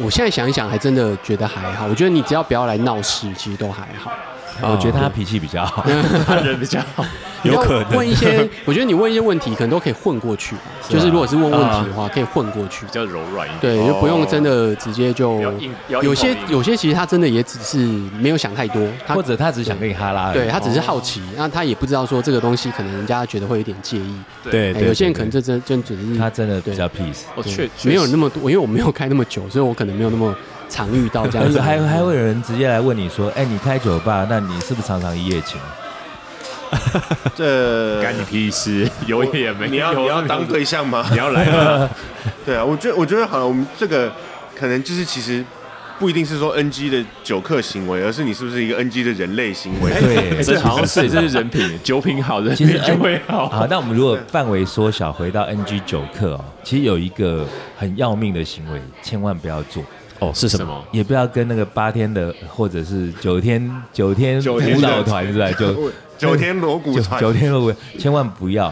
Speaker 5: 我现在想一想，还真的觉得还好。我觉得你只要不要来闹事，其实都还好。
Speaker 2: 啊
Speaker 3: 哦
Speaker 4: 我觉得他脾气比较好，
Speaker 3: 他人比较好，
Speaker 2: 有可能
Speaker 5: 问一些，我觉得你问一些问题，可能都可以混过去吧。
Speaker 4: 是啊
Speaker 5: 就是如果是问问题的话，可以混过去
Speaker 3: 比。较柔软一点，
Speaker 5: 对，就不用真的直接就
Speaker 3: 啊不要硬，不要硬
Speaker 5: 有些
Speaker 3: 碰硬
Speaker 5: 有些其实他真的也只是没有想太多，他
Speaker 4: 或者他只想跟你哈拉而已。
Speaker 5: 对他只是好奇，那他也不知道说这个东西可能人家觉得会有点介意。
Speaker 2: 对
Speaker 5: 哎
Speaker 2: 对，
Speaker 5: 有些人可
Speaker 2: 对
Speaker 5: 能这真真只是
Speaker 4: 他真的比较 peace。
Speaker 3: 哦，
Speaker 5: 对
Speaker 3: 确确实
Speaker 5: 没有那么多，因为我没有开那么久，所以我可能没有那么常遇到这样
Speaker 4: 而
Speaker 5: 子。
Speaker 4: 且 还还会有人直接来问你说：“哎，你开酒吧，那你是不是常常一夜情
Speaker 1: 这
Speaker 3: 干你屁事，有也没有，啊
Speaker 1: 你要你要当对象吗？
Speaker 3: 你要来吗？
Speaker 1: 对啊，我觉得我觉得好像我们这个可能就是其实不一定是说 NG 的酒客行为，而是你是不是一个 NG 的人类行？” 为。
Speaker 4: 对，
Speaker 3: 哎这好像是这是人品，酒品好人
Speaker 4: 其实哎啊
Speaker 3: 品就会
Speaker 4: 好
Speaker 3: 好，，
Speaker 4: 那我们如果范围缩小，回到 NG 九克哦，其实有一个很要命的行为，千万不要做，
Speaker 2: 哦是什
Speaker 3: 什
Speaker 2: 么？
Speaker 3: 么？
Speaker 4: 也不要跟那个八天的或者是九天九天
Speaker 1: 九天
Speaker 4: 舞蹈团是 吧？九
Speaker 1: 九天锣鼓
Speaker 4: 九
Speaker 1: 传，
Speaker 4: 九天舞，千万不要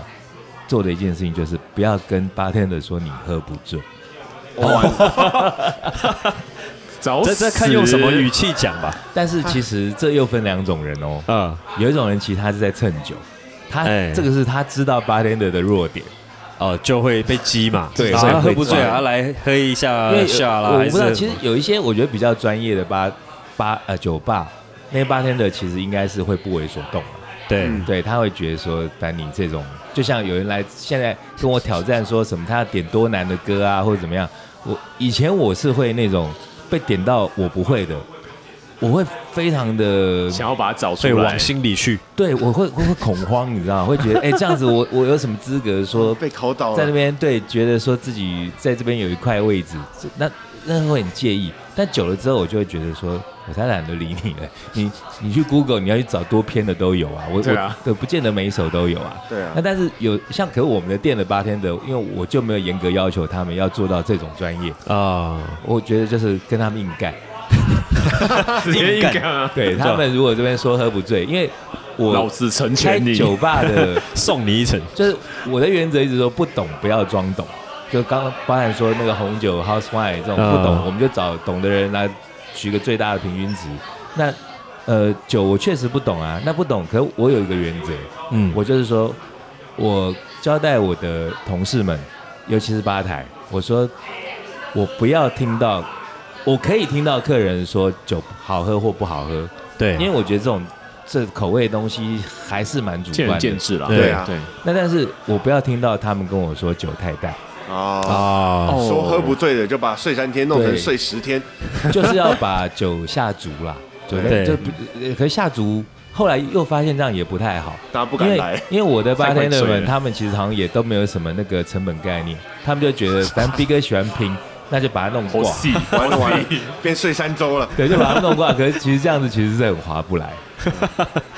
Speaker 4: 做的一件事情就是不要跟八天的说你喝不醉，
Speaker 2: 哦
Speaker 3: 找
Speaker 2: 这这看用什么语气讲吧。
Speaker 4: 但是其实这又分两种人哦，
Speaker 2: 嗯，
Speaker 4: 有一种人其实他是在蹭酒，他
Speaker 2: 哎
Speaker 4: 这个是他知道八天的的弱点。
Speaker 2: 哦就会被激嘛，
Speaker 4: 对
Speaker 2: 啊
Speaker 4: 所以会
Speaker 2: 喝不醉
Speaker 4: 激
Speaker 2: 啊，来喝一
Speaker 4: 因为
Speaker 2: 下
Speaker 4: 有
Speaker 2: 下啦，
Speaker 4: 我
Speaker 2: 还
Speaker 4: 不知道，
Speaker 2: 是
Speaker 4: 其实有一些我觉得比较专业的吧吧呃酒吧，那些八天的其实应该是会不为所动的，
Speaker 2: 对
Speaker 1: 嗯
Speaker 4: 对他会觉得说，反正你这种，就像有人来现在跟我挑战说什么他要点多难的歌啊，或者怎么样，我以前我是会那种被点到我不会的，我会非常的
Speaker 3: 想要把它找出
Speaker 2: 所以
Speaker 3: 来，
Speaker 2: 往心里去。
Speaker 4: 对我会会会恐慌，你知道吗，会觉得哎、这样子我我有什么资格 说
Speaker 1: 被考倒
Speaker 4: 在那
Speaker 1: 了。
Speaker 4: 边对，觉得说自己在这边有一块位置，这那那会很介意。但久了之后，我就会觉得说，我才懒得理你了。你你去 Google，你要去找多篇的都有啊，我
Speaker 3: 对啊
Speaker 4: 我对，不见得每一首都有啊。
Speaker 1: 对啊
Speaker 4: 那，但是有像可是我们的店的八天的，因为我就没有严格要求他们要做到这种专业，
Speaker 2: 啊，
Speaker 4: 我觉得就是跟他们硬干。
Speaker 3: 直接硬干啊！
Speaker 4: 对他们如果这边说喝不醉，因为
Speaker 3: 老
Speaker 4: 我
Speaker 3: 子成
Speaker 4: 开
Speaker 3: 全你，
Speaker 4: 酒吧的。
Speaker 2: 送你一程，
Speaker 4: 就是我的原则一直说不懂不要装懂，就刚刚包含说那个红酒 house wine 这种
Speaker 2: 嗯
Speaker 4: 不懂，我们就找懂的人来取个最大的平均值。那呃，酒我确实不懂啊，那不懂，可我有一个原则，
Speaker 2: 嗯，
Speaker 4: 我就是说，我交代我的同事们，尤其是吧台，我说我不要听到，我可以听到客人说酒好喝或不好喝，
Speaker 3: 啊
Speaker 4: 因为
Speaker 2: 对，
Speaker 4: 我觉得这种这口味的东西还是蛮主
Speaker 3: 见仁
Speaker 4: 观
Speaker 3: 见
Speaker 4: 的。
Speaker 3: 智啦。
Speaker 2: 对
Speaker 1: 啊
Speaker 3: 对，
Speaker 4: 那但是我不要听到他们跟我说酒太 淡，
Speaker 1: 哦，
Speaker 2: 啊，
Speaker 1: 说喝不醉的就把睡三天弄成
Speaker 4: 对
Speaker 1: 睡十天，
Speaker 4: 就是要把酒下足啦。酒
Speaker 2: 对
Speaker 4: 就不，呃可是下足，后来又发现这样也不太好。
Speaker 1: 大家不
Speaker 4: 因
Speaker 1: 敢
Speaker 4: 为
Speaker 1: 来。
Speaker 4: 因为我的
Speaker 3: 太快
Speaker 4: bartender
Speaker 3: 醉了
Speaker 4: 们，他们其实好像也都没有什么那个成本概念，他们就觉得反正 B 哥喜欢拼，那就把它弄
Speaker 3: 好
Speaker 4: 挂，
Speaker 3: 细，
Speaker 1: 完了完了，变睡三周了，
Speaker 4: 对，就把它弄挂。可是其实这样子其实是很划不来。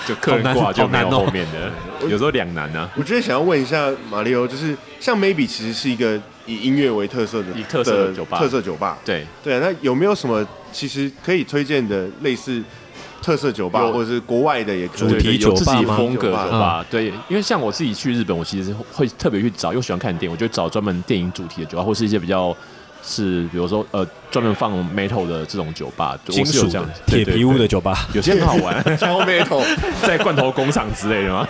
Speaker 3: 就客人挂就没有
Speaker 2: 好难哦
Speaker 3: 后面的，有时候两难啊。
Speaker 1: 我觉得想要问一下马里欧，就是像 Maybe 其实是一个以音乐为特色的
Speaker 3: 以特色的酒吧
Speaker 1: 特色酒吧。
Speaker 3: 对，
Speaker 1: 对啊，那有没有什么其实可以推荐的类似特色酒吧，
Speaker 3: 有
Speaker 1: 或者是国外的也可以
Speaker 2: 主
Speaker 1: 对
Speaker 2: 题
Speaker 3: 有
Speaker 2: 酒
Speaker 3: 自己
Speaker 2: 吧吗
Speaker 3: 风格
Speaker 1: 酒
Speaker 3: 酒
Speaker 1: 吧
Speaker 3: 吧，对，因为像我自己去日本，我其实会特别去找，又喜欢看电影，我就找专门电影主题的酒吧，或是一些比较是，比如说呃，专门放 metal 的这种酒吧，我
Speaker 2: 金
Speaker 3: 是有
Speaker 2: 属
Speaker 3: 这样
Speaker 2: 的
Speaker 3: 子，
Speaker 2: 铁
Speaker 3: 对
Speaker 2: 皮屋的，酒吧，
Speaker 3: 对对有些很好玩，
Speaker 1: 像后面一桶，
Speaker 3: 在罐头工厂之类 的吗？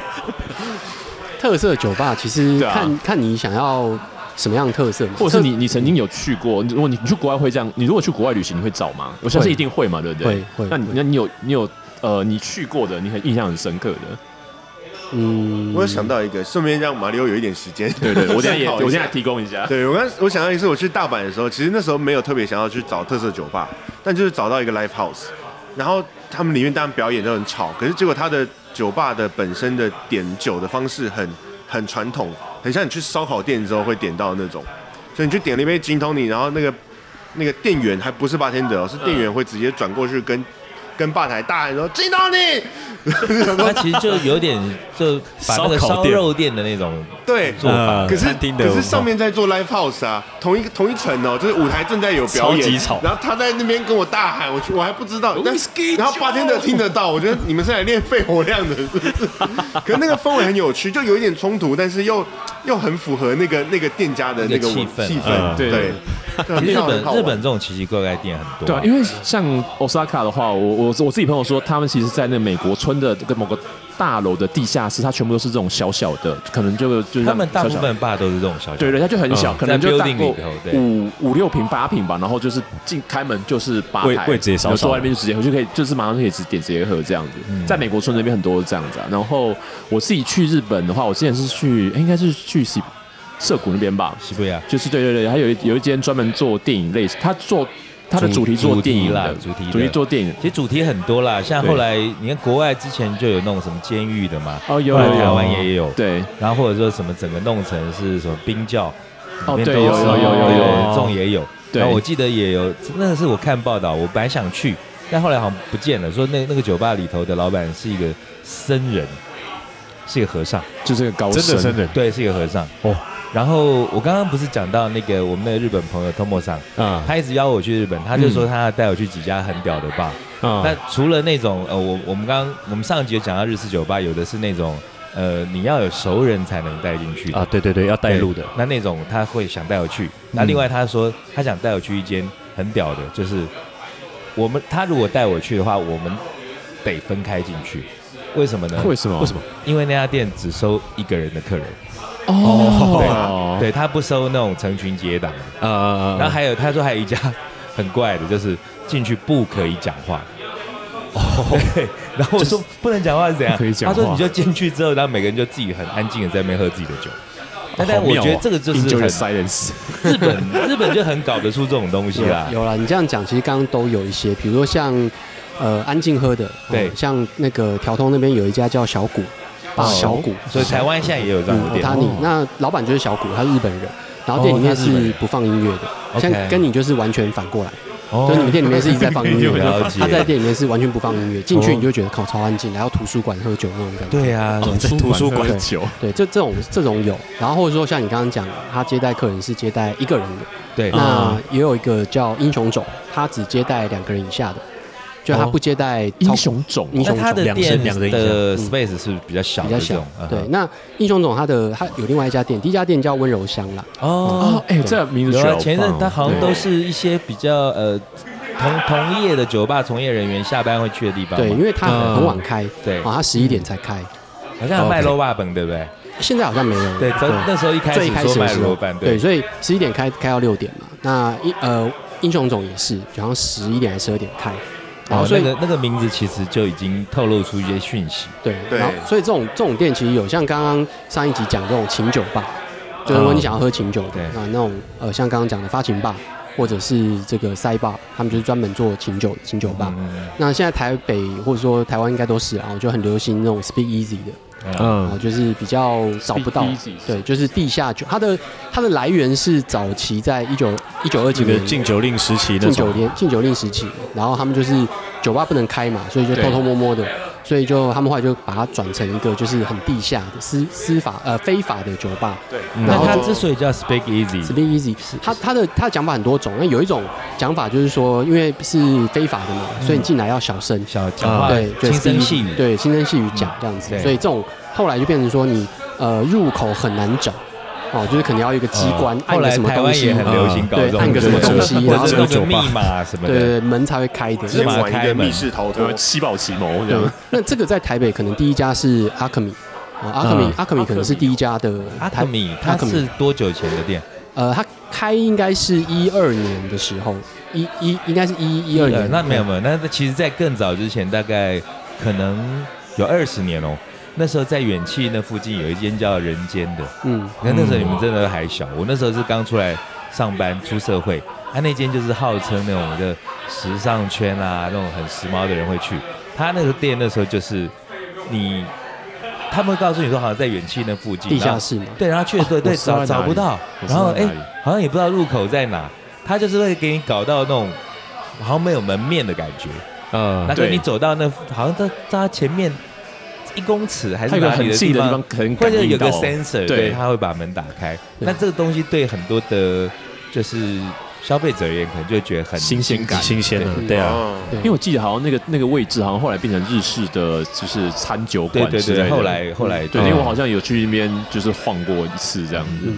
Speaker 5: 特色酒吧其实
Speaker 3: 对啊
Speaker 5: 看看你想要什么样的特色嘛，
Speaker 3: 或者是
Speaker 5: 特
Speaker 3: 你你曾经有去过？如果你你去国外会这样，你如果去国外旅行，你会找吗？我相信一定会嘛，对不对？
Speaker 5: 会会
Speaker 3: 那你
Speaker 5: 会
Speaker 3: 那你有你有呃，你去过的，你很印象很深刻的，
Speaker 5: 嗯，
Speaker 1: 我有想到一个，顺便让马里欧有一点时间。
Speaker 3: 对对，我等一下 也
Speaker 1: 思考一
Speaker 3: 我等一下提供一下。
Speaker 1: 对我刚我想到一次我去大阪的时候，其实那时候没有特别想要去找特色酒吧，但就是找到一个 live house，然后他们里面当然表演都很吵，可是结果他的酒吧的本身的点酒的方式很很传统，很像你去烧烤店之后会点到的那种，所以你去点了一杯金 tonic，然后那个那个店员还不是 bartender，哦是店员会直接转过去跟。跟吧台大喊说：“金 tonic。
Speaker 4: 那其实就有点就把那个
Speaker 2: 烧烤
Speaker 4: 烧
Speaker 2: 店
Speaker 4: 肉店的那种
Speaker 1: 对，
Speaker 4: 做法
Speaker 2: 呃
Speaker 1: 可是
Speaker 2: 餐厅的
Speaker 1: 可是
Speaker 2: 文化
Speaker 1: 上面在做 live house 啊，同一个同一层哦，就是舞台正在有表演，
Speaker 2: 超级吵
Speaker 1: 然后他在那边跟我大喊，我去我还不知道，那然后八天的听得到，我觉得你们是来练肺活量的，是不是？可那个氛围很有趣，就有一点冲突，但是又又很符合那个那个店家的那个
Speaker 4: 那个气氛
Speaker 1: 气
Speaker 2: 嗯
Speaker 1: 氛，对
Speaker 3: 对啊
Speaker 1: 对
Speaker 4: 其实日本
Speaker 1: 很好玩
Speaker 4: 日本这种奇奇怪怪的店很
Speaker 3: 对
Speaker 4: 多
Speaker 3: 啊
Speaker 4: 啊，，
Speaker 3: 因为像 Osaka 的话，我我我自己朋友说，他们其实，在那美国村的这个某个大楼的地下室，它全部都是这种小小的，可能就就
Speaker 4: 他们大部
Speaker 3: 小小
Speaker 4: 分吧都是这种小小
Speaker 3: 对对，它就很小，
Speaker 2: 嗯
Speaker 3: 可能就大
Speaker 4: 在 building
Speaker 3: 过
Speaker 4: 里头对
Speaker 3: 五五六平八平吧，然后就是进开门就是吧
Speaker 2: 位
Speaker 3: 台，
Speaker 2: 位置也少少
Speaker 3: 有时候外面就直接喝，就可以就是马上就可以直点直接喝这样子。在美国村那边很多是这样子啊。然后我自己去日本的话，我之前是去，哎应该是去西涩谷那边吧，
Speaker 4: 西伯亚
Speaker 3: 就是对对对，还有一有一间专门做电影类，他做他的主题做
Speaker 4: 主题
Speaker 3: 电影
Speaker 4: 啦
Speaker 3: 的，
Speaker 4: 主题的
Speaker 3: 主题做电影。
Speaker 4: 其实主题很多啦，像
Speaker 3: 对
Speaker 4: 后来你看国外之前就有那种什么监狱的嘛，
Speaker 3: 哦有
Speaker 4: 后
Speaker 3: 有
Speaker 4: 来
Speaker 3: 有
Speaker 4: 台湾也有，
Speaker 3: 对，
Speaker 4: 然后或者说什么整个弄成是什么冰窖，
Speaker 3: 哦
Speaker 4: 里面
Speaker 3: 对
Speaker 4: 都
Speaker 3: 有
Speaker 4: 是
Speaker 3: 有有有
Speaker 4: 对
Speaker 3: 有
Speaker 4: 这种也有。
Speaker 3: 对
Speaker 4: 然后我记得也有，那个是我看报道，我本来想去，但后来好像不见了，说那那个酒吧里头的老板是一个僧人，是一个和尚，
Speaker 3: 就是个高
Speaker 2: 真的真
Speaker 3: 深，
Speaker 2: 的，
Speaker 4: 对，是一个和尚哦。然后我刚刚不是讲到那个我们的日本朋友 Tomo
Speaker 3: 嗯
Speaker 4: 桑，
Speaker 2: 啊
Speaker 4: 他一直邀我去日本，他就说他要带我去几家很屌的吧。那
Speaker 2: 啊，
Speaker 4: 除了那种呃，我我们刚刚我们上一集有讲到日式酒吧，有的是那种呃，你要有熟人才能带进去的
Speaker 2: 啊，对对对，要带路的嗯
Speaker 4: 对，那那种他会想带我去。那另外他说他想带我去一间很屌的，就是我们他如果带我去的话，我们得分开进去。为什么呢？
Speaker 3: 为什么？为什么？
Speaker 4: 因为那家店只收一个人的客人，
Speaker 3: 哦，
Speaker 4: 对他不收那种成群结党的。
Speaker 2: 啊，
Speaker 4: 然后还有他说还有一家很怪的，就是进去不可以讲话。
Speaker 5: 哦
Speaker 4: 对，然后我说不能讲话是怎样？
Speaker 3: 不可以讲
Speaker 4: 他
Speaker 3: 话
Speaker 4: 说你就进去之后，然后每个人就自己很安静的在那边喝自己的酒。但但
Speaker 3: 好
Speaker 4: 我
Speaker 3: 妙哦
Speaker 4: 觉得这个就是
Speaker 3: Enjoy the
Speaker 4: 很
Speaker 3: silence，
Speaker 4: 日本日本就很搞得出这种东西啦。
Speaker 5: 有啦，你这样讲，其实刚刚都有一些，比如说像呃安静喝的，哦
Speaker 4: 对
Speaker 5: 像那个条通那边有一家叫小谷，
Speaker 4: 哦
Speaker 5: 小谷，
Speaker 4: 所以台湾现在也有这样的
Speaker 5: 嗯，
Speaker 4: 店。
Speaker 5: 他你那老板就是小谷，他是日本人。然后店里
Speaker 4: 哦
Speaker 5: 面
Speaker 4: 他是日本
Speaker 5: 是
Speaker 4: 人
Speaker 5: 不放音乐的，
Speaker 4: OK
Speaker 5: 像跟你就是完全反过来，
Speaker 4: 哦
Speaker 5: 就是你们店里面是一直在放音乐
Speaker 4: 了
Speaker 5: 的，
Speaker 4: 解
Speaker 5: 他在店里面是完全不放音乐，进去
Speaker 4: 哦
Speaker 5: 你就觉得靠超安静，然后图书馆喝酒那种感觉。
Speaker 4: 对啊，
Speaker 1: 哦
Speaker 2: 在图书馆
Speaker 5: 对
Speaker 3: 酒，
Speaker 5: 对，这这种这种有，然后或者说像你刚刚讲，他接待客人是接待一个人的，
Speaker 4: 对
Speaker 5: 那也有一个叫英雄种，他只接待两个人以下的，就他
Speaker 4: 哦
Speaker 5: 不接待超
Speaker 3: 英雄种
Speaker 5: 英
Speaker 4: 那
Speaker 5: 雄
Speaker 4: 他
Speaker 5: 种
Speaker 4: 的
Speaker 2: 两
Speaker 4: 店
Speaker 2: 声两声
Speaker 4: 的
Speaker 5: 一下
Speaker 4: space 是比较小
Speaker 5: 嗯比较
Speaker 4: 的这
Speaker 5: 小
Speaker 4: 种。。嗯
Speaker 5: 对，，那英雄种他的他有另外一家店，第一家店叫温柔乡啦，
Speaker 4: 哦
Speaker 3: 哦，，哎，这名字
Speaker 4: 有
Speaker 3: 取得
Speaker 4: 啊，
Speaker 3: 好
Speaker 4: 前
Speaker 3: 棒
Speaker 4: 阵
Speaker 3: 哦
Speaker 4: 他好像
Speaker 3: 对
Speaker 4: 都是一些比较呃同同业的酒吧从业人员下班会去的地方吗？
Speaker 5: 对，因为它
Speaker 3: 嗯
Speaker 5: 很晚开，
Speaker 4: 对
Speaker 5: 啊，它十一点才开，
Speaker 4: 好像有卖 low 霸本，对不对？
Speaker 5: 现在好像没有了。
Speaker 4: 对，从那时候一开
Speaker 5: 最
Speaker 4: 始
Speaker 5: 一开
Speaker 4: 说
Speaker 5: 始的
Speaker 4: 卖
Speaker 5: 时
Speaker 4: low
Speaker 5: 候
Speaker 4: 霸，，
Speaker 5: 对，
Speaker 4: 对，
Speaker 5: 所以十一点开开到六点嘛。那一呃，英雄总也是，好像十一点还是十二点开，然
Speaker 4: 然
Speaker 5: 后啊
Speaker 4: 后
Speaker 5: 所
Speaker 4: 哦那
Speaker 5: 以
Speaker 4: 个那个名字其实就已经透露出一些讯息。
Speaker 5: 对，
Speaker 1: 对
Speaker 5: 然后所以这种这种店其实有像刚刚上一集讲这种琴酒吧，就是如果你想要喝琴酒的
Speaker 4: 哦对
Speaker 5: 啊，那种呃像刚刚讲的发琴吧，或者是这个塞吧，他们就是专门做琴酒的琴酒吧。
Speaker 4: 嗯
Speaker 5: 那现在台北或者说台湾应该都是啊，就很流行那种 speak easy 的，
Speaker 4: 嗯
Speaker 5: 啊，
Speaker 3: 嗯，
Speaker 5: 就是比较找不到
Speaker 3: Speakeasy，
Speaker 5: 对，就是地下酒，它的它的来源是早期在一九一九二几
Speaker 2: 这个
Speaker 5: 年
Speaker 2: 禁酒令时期那
Speaker 5: 禁酒
Speaker 2: 种，
Speaker 5: 令禁酒令时期，然后他们就是酒吧不能开嘛，所以就
Speaker 3: 对
Speaker 5: 偷偷摸摸的，所以就他们后来就把它转成一个就是很地下的私私法呃非法的酒吧。
Speaker 1: 对，
Speaker 4: 嗯那它之所以叫 Speak Easy，
Speaker 5: Speak Easy，它它的它的讲法很多种，那有一种讲法就是说，因为是非法的嘛，所以你进来要小声，
Speaker 4: 小讲话
Speaker 5: 对，就
Speaker 4: 啊轻
Speaker 5: 是
Speaker 4: 声细语，哦嗯
Speaker 5: 对，轻声细语讲这样子，
Speaker 4: 对
Speaker 5: 所以这种后来就变成说你呃入口很难找，哦，就是可能要一个机关
Speaker 4: 嗯
Speaker 5: 按
Speaker 4: 后
Speaker 5: 个
Speaker 4: 来
Speaker 5: 什么
Speaker 4: 台
Speaker 5: 东
Speaker 4: 湾
Speaker 5: 西嗯
Speaker 4: 也，很流行搞这
Speaker 5: 对
Speaker 4: 种
Speaker 5: 按个什么东西
Speaker 4: 或
Speaker 5: 然后
Speaker 4: 者是
Speaker 5: 那
Speaker 4: 弄
Speaker 5: 个
Speaker 4: 个密码什么
Speaker 5: 对对对，
Speaker 4: 的。
Speaker 5: 门才会开的。
Speaker 1: 先
Speaker 4: 马
Speaker 1: 玩一
Speaker 4: 开
Speaker 1: 个
Speaker 4: 门
Speaker 1: 密室逃脱
Speaker 3: 呃，，七宝奇谋这
Speaker 5: 对
Speaker 4: 嗯
Speaker 3: 样，，
Speaker 5: 那这个在台北可能第一家是阿克米，啊，阿克米
Speaker 2: 嗯，
Speaker 5: 阿克米可能是第一家的
Speaker 4: 阿
Speaker 5: 台
Speaker 4: 特，米，它是多久以前的店？
Speaker 5: 呃，他开应该是一二年的时候，一一应该是一一二
Speaker 4: 呃
Speaker 5: 年，
Speaker 4: 那没有没有，那其实，在更早之前，大概可能有二十年哦。那时候在远气那附近有一间叫人间的，
Speaker 5: 嗯，
Speaker 4: 那那时候你们真的还小，我那时候是刚出来上班出社会，他那间就是号称那种的时尚圈啊，那种很时髦的人会去。他那个店那时候就是你，他们会告诉你说好像在远气那附近，
Speaker 5: 地
Speaker 4: 然
Speaker 5: 下
Speaker 4: 后
Speaker 5: 室嘛，
Speaker 4: 对，然后去了对
Speaker 3: 我
Speaker 4: 对
Speaker 3: 哦知道
Speaker 4: 找
Speaker 3: 在
Speaker 4: 找
Speaker 3: 哪
Speaker 4: 不
Speaker 3: 里
Speaker 4: 到，
Speaker 3: 我知
Speaker 4: 然
Speaker 3: 道
Speaker 4: 后
Speaker 3: 在
Speaker 4: 哎
Speaker 3: 哪里
Speaker 4: 好像也不知道入口在哪，他就是会给你搞到那种好像没有门面的感觉。
Speaker 3: 嗯
Speaker 4: 那，跟
Speaker 1: 对
Speaker 4: 你走到那好像在在他前面一公尺还
Speaker 3: 它
Speaker 4: 是
Speaker 3: 有个
Speaker 4: 哪里
Speaker 3: 很近的
Speaker 4: 地方
Speaker 3: 地方，，可能
Speaker 4: 或
Speaker 3: 感
Speaker 4: 者有
Speaker 3: 应到
Speaker 4: 个 sensor，对，
Speaker 3: 对
Speaker 4: 他会把门打开。
Speaker 5: 对
Speaker 4: 那这个东西对很多的，就是消费者而言，可能就会觉得很
Speaker 3: 新鲜感。
Speaker 2: 新鲜的，
Speaker 5: 对
Speaker 2: 对啊，
Speaker 1: 哦
Speaker 5: 对
Speaker 3: 因为我记得好像那个那个位置好像后来变成日式的，就是餐酒
Speaker 4: 对
Speaker 3: 馆
Speaker 4: 对
Speaker 3: 之类
Speaker 4: 对，
Speaker 3: 的。
Speaker 4: 后来后来
Speaker 3: 对，
Speaker 4: 嗯
Speaker 3: 因为我好像有去那边就是晃过一次这样子。
Speaker 5: 嗯，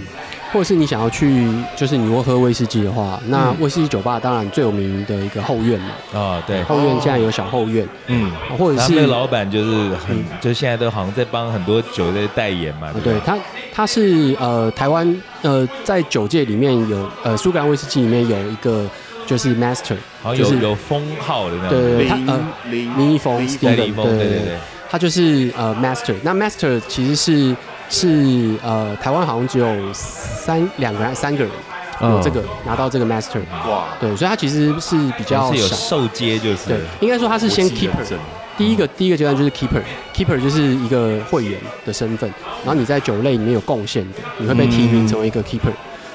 Speaker 5: 或者是你想要去，就是你如果喝威士忌的话，那
Speaker 4: 嗯
Speaker 5: 威士忌酒吧当然最有名的一个后院嘛，
Speaker 4: 哦
Speaker 3: 嗯
Speaker 4: 对，
Speaker 5: 后院现在有小后院，
Speaker 4: 嗯，
Speaker 5: 或者
Speaker 4: 然后
Speaker 5: 是
Speaker 4: 那个老板就是很
Speaker 5: 嗯，
Speaker 4: 就现在都好像在帮很多酒在代言嘛，
Speaker 5: 呃对
Speaker 4: 吧
Speaker 5: 它，它是呃台湾呃在酒界里面有呃苏格兰威士忌里面有一个就是 master
Speaker 4: 好像
Speaker 5: 就
Speaker 4: 有
Speaker 5: 是
Speaker 4: 有封号的那种，
Speaker 5: 对它
Speaker 1: 林
Speaker 5: 呃
Speaker 1: 林
Speaker 5: 林一峰
Speaker 1: 林一
Speaker 5: Steven，
Speaker 4: 在
Speaker 1: 峰
Speaker 4: 立峰，
Speaker 5: 对
Speaker 4: 对
Speaker 5: 对
Speaker 4: 对对，
Speaker 5: 它就是呃 master，那 master 其实是是呃台湾好像只有三两个人三个人
Speaker 4: 嗯
Speaker 5: 有这个拿到这个 master，
Speaker 1: 哇，
Speaker 5: 对，所以它其实是比较
Speaker 4: 是有
Speaker 5: 少。
Speaker 4: 受接就是
Speaker 5: 对，应该说它是先
Speaker 3: 国际认
Speaker 5: keeper，
Speaker 3: 证
Speaker 5: 第一个第一个阶段就是 keeper，keeper 就是一个会员的身份，然后你在酒类里面有贡献的，你会被提名成为一个 keeper，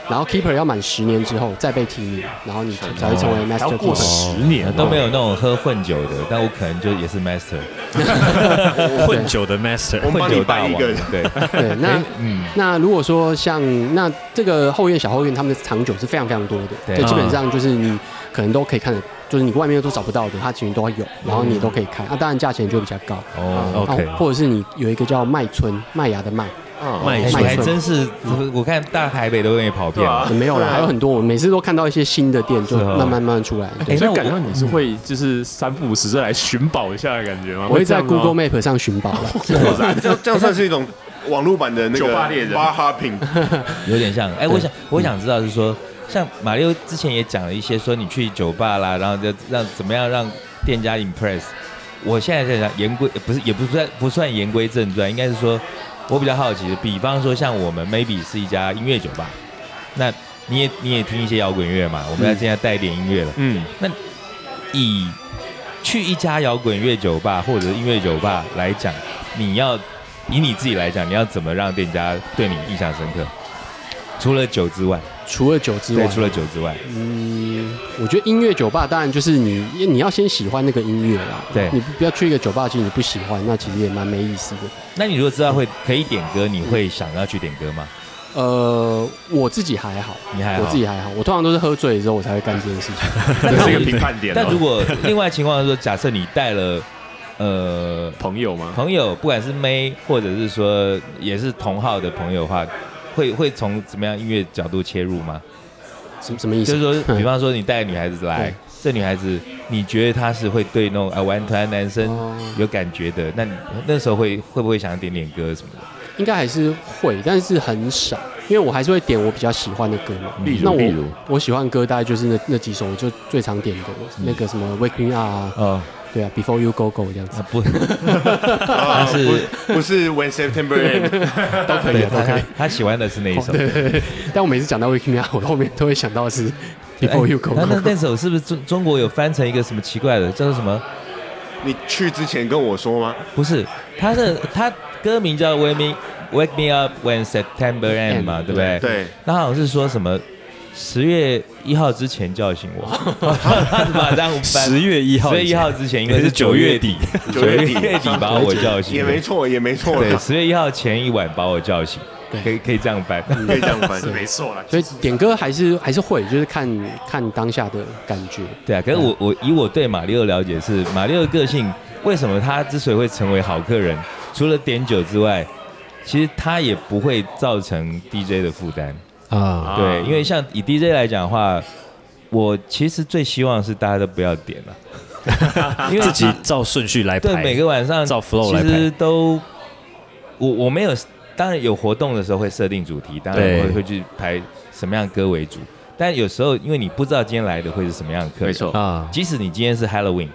Speaker 5: 然后 keeper 要满十年之后再被提名，然后你才会成为
Speaker 4: 哦
Speaker 3: 还
Speaker 5: master
Speaker 3: 要过
Speaker 5: keeper。
Speaker 3: 十年
Speaker 4: 都没有那种喝混酒的，但我可能就也是 master，哦
Speaker 2: 混酒的 master，
Speaker 1: 我们帮
Speaker 4: 混
Speaker 1: 你
Speaker 4: 酒大
Speaker 1: 办一
Speaker 4: 王
Speaker 1: 个，
Speaker 4: 对，
Speaker 5: 对，那
Speaker 4: 哎嗯，
Speaker 5: 那如果说像那这个后院小后院，他们的藏酒是非常非常多的，
Speaker 4: 对
Speaker 5: 对，基本上就是你可能都可以看得，就是你外面都找不到的，它其实都有，然后你都可以看，那当然价钱就比较高。
Speaker 4: 哦
Speaker 5: 然后
Speaker 2: OK
Speaker 5: 或者是你有一个叫麦村麦芽的麦，
Speaker 2: 卖出
Speaker 4: 哎你
Speaker 5: 卖
Speaker 4: 还真是，我看大台北都愿意跑
Speaker 1: 对
Speaker 4: 遍
Speaker 1: 啊
Speaker 4: 了。
Speaker 5: 也呃没有
Speaker 1: 对
Speaker 5: 啦，
Speaker 1: 啊
Speaker 5: 还有很多，我每次都看到一些新的店，就是
Speaker 4: 啊
Speaker 5: 慢慢慢慢出来。对
Speaker 4: 哎
Speaker 3: 哦
Speaker 4: 那
Speaker 3: 所以
Speaker 4: 我
Speaker 3: 感觉到你是会就是三不五时再来寻宝一下的感觉吗？
Speaker 5: 我会
Speaker 3: 这
Speaker 5: 在
Speaker 3: 样吗
Speaker 4: 哦
Speaker 5: Google Map 上寻宝 啦，
Speaker 1: 这样这样算是一种网络版的那个
Speaker 3: 酒吧猎人
Speaker 1: 巴哈 品，
Speaker 4: 有点像。哎、我想我想知道是说，像马六之前也讲了一些，说你去酒吧啦，然后就让怎么样让店家 impress。我现在在想，言归不是也不算不算言归正传，应该是说，我比较好奇的，比方说像我们 maybe 是一家音乐酒吧，那你也你也听一些摇滚乐嘛，我们现在带一点音乐了，
Speaker 3: 嗯，
Speaker 4: 以去一家摇滚乐酒吧或者是音乐酒吧来讲，你要以你自己来讲，你要怎么让店家对你印象深刻？除了酒之外，
Speaker 5: 除了酒之
Speaker 4: 对，
Speaker 5: 外，
Speaker 4: 除了酒之外，
Speaker 5: 嗯，我觉得音乐酒吧当然就是你你要先喜欢那个音乐啦，
Speaker 4: 对
Speaker 5: 你不要去一个酒吧，其实你不喜欢，那其实也蛮没意思的。
Speaker 4: 那你如果知道会可以点歌，你会想要去点歌吗？
Speaker 5: 呃，我自己还好，
Speaker 4: 你还好
Speaker 5: 我自己还好，我通常都是喝醉之后我才会干这件事情。
Speaker 3: 这是一
Speaker 4: 我
Speaker 3: 个评判点哦。
Speaker 4: 但如果另外情况是说，假设你带了呃
Speaker 3: 朋友吗？
Speaker 4: 朋友，不管是妹或者是说也是同号的朋友的话，会会从怎么样音乐角度切入吗？
Speaker 5: 什么什么意
Speaker 4: 就
Speaker 5: 思
Speaker 4: 是？说，
Speaker 5: 嗯
Speaker 4: 比方说你带女孩子来，这女孩子，你觉得她是会对那种啊玩团男生
Speaker 5: 哦
Speaker 4: 有感觉的？那你那时候会会不会想点点歌什么的？
Speaker 5: 应该还是会，但是很少，因为我还是会点我比较喜欢的歌嘛。
Speaker 3: 例
Speaker 5: 那
Speaker 3: 如，
Speaker 5: 我
Speaker 3: 例如，
Speaker 5: 我喜欢的歌大概就是那那几首，我就最常点的那个什么《Wake Me Up》啊，
Speaker 4: 哦，
Speaker 5: 对啊，《Before You Go Go》这样子
Speaker 4: 她， 不，
Speaker 1: 啊
Speaker 4: 她是
Speaker 1: 不不是 When September End，
Speaker 5: 都可以
Speaker 4: 对
Speaker 5: 啊，都
Speaker 4: 她
Speaker 5: 可以
Speaker 4: 她。她喜欢的是那一首。
Speaker 5: 哦但我每次讲到《Wake Me Up》，我后面都会想到的是《
Speaker 4: 哎
Speaker 5: Before You Go Go
Speaker 4: 那那》。那
Speaker 5: 对
Speaker 4: 首是不是中中国有翻成一个什么奇怪的，叫做什么？
Speaker 1: 你去之前跟我说吗？
Speaker 4: 不是，它的它歌名叫《Wake Me Wake Me Up When September End》嘛，对不对？。
Speaker 1: 对，
Speaker 4: 那好像是说什么十月一号之前叫醒我， 他马上翻。
Speaker 2: 十月一号，
Speaker 4: 十月一号之前，因为
Speaker 2: 还
Speaker 4: 是
Speaker 2: 是
Speaker 4: 九
Speaker 2: 九
Speaker 4: 月
Speaker 2: 月
Speaker 4: 底
Speaker 2: 底，
Speaker 1: 九月底
Speaker 4: 月底 把我叫醒，
Speaker 1: 也没。错，也没错
Speaker 4: 对，
Speaker 1: 啦，
Speaker 4: 十月一号前一晚把我叫醒，
Speaker 5: 对
Speaker 4: 可以可以这样翻。
Speaker 1: 可以这样翻。
Speaker 3: 没错啦，
Speaker 5: 所以点歌还是还是会，就是看看当下的感觉。
Speaker 4: 对啊，可是我我以我对马里奥了解是，马里奥的个性为什么他之所以会成为好客人，除了点酒之外，其实他也不会造成 DJ 的负担。
Speaker 5: 啊，
Speaker 4: 对，因为像以 DJ 来讲的话，我其实最希望是大家都不要点 了，因为
Speaker 2: 自己照顺序来
Speaker 4: 对
Speaker 2: 排，
Speaker 4: 每个晚上
Speaker 2: 照 flow 来
Speaker 4: 其
Speaker 2: 排
Speaker 4: 实都，我我没有，当然有活动的时候会设定主题，当然
Speaker 2: 对
Speaker 4: 会会去排什么样的歌为主，但有时候因为你不知道今天来的会是什么样的客人，
Speaker 3: 没错，
Speaker 2: 啊，
Speaker 4: 即使你今天是 Halloween，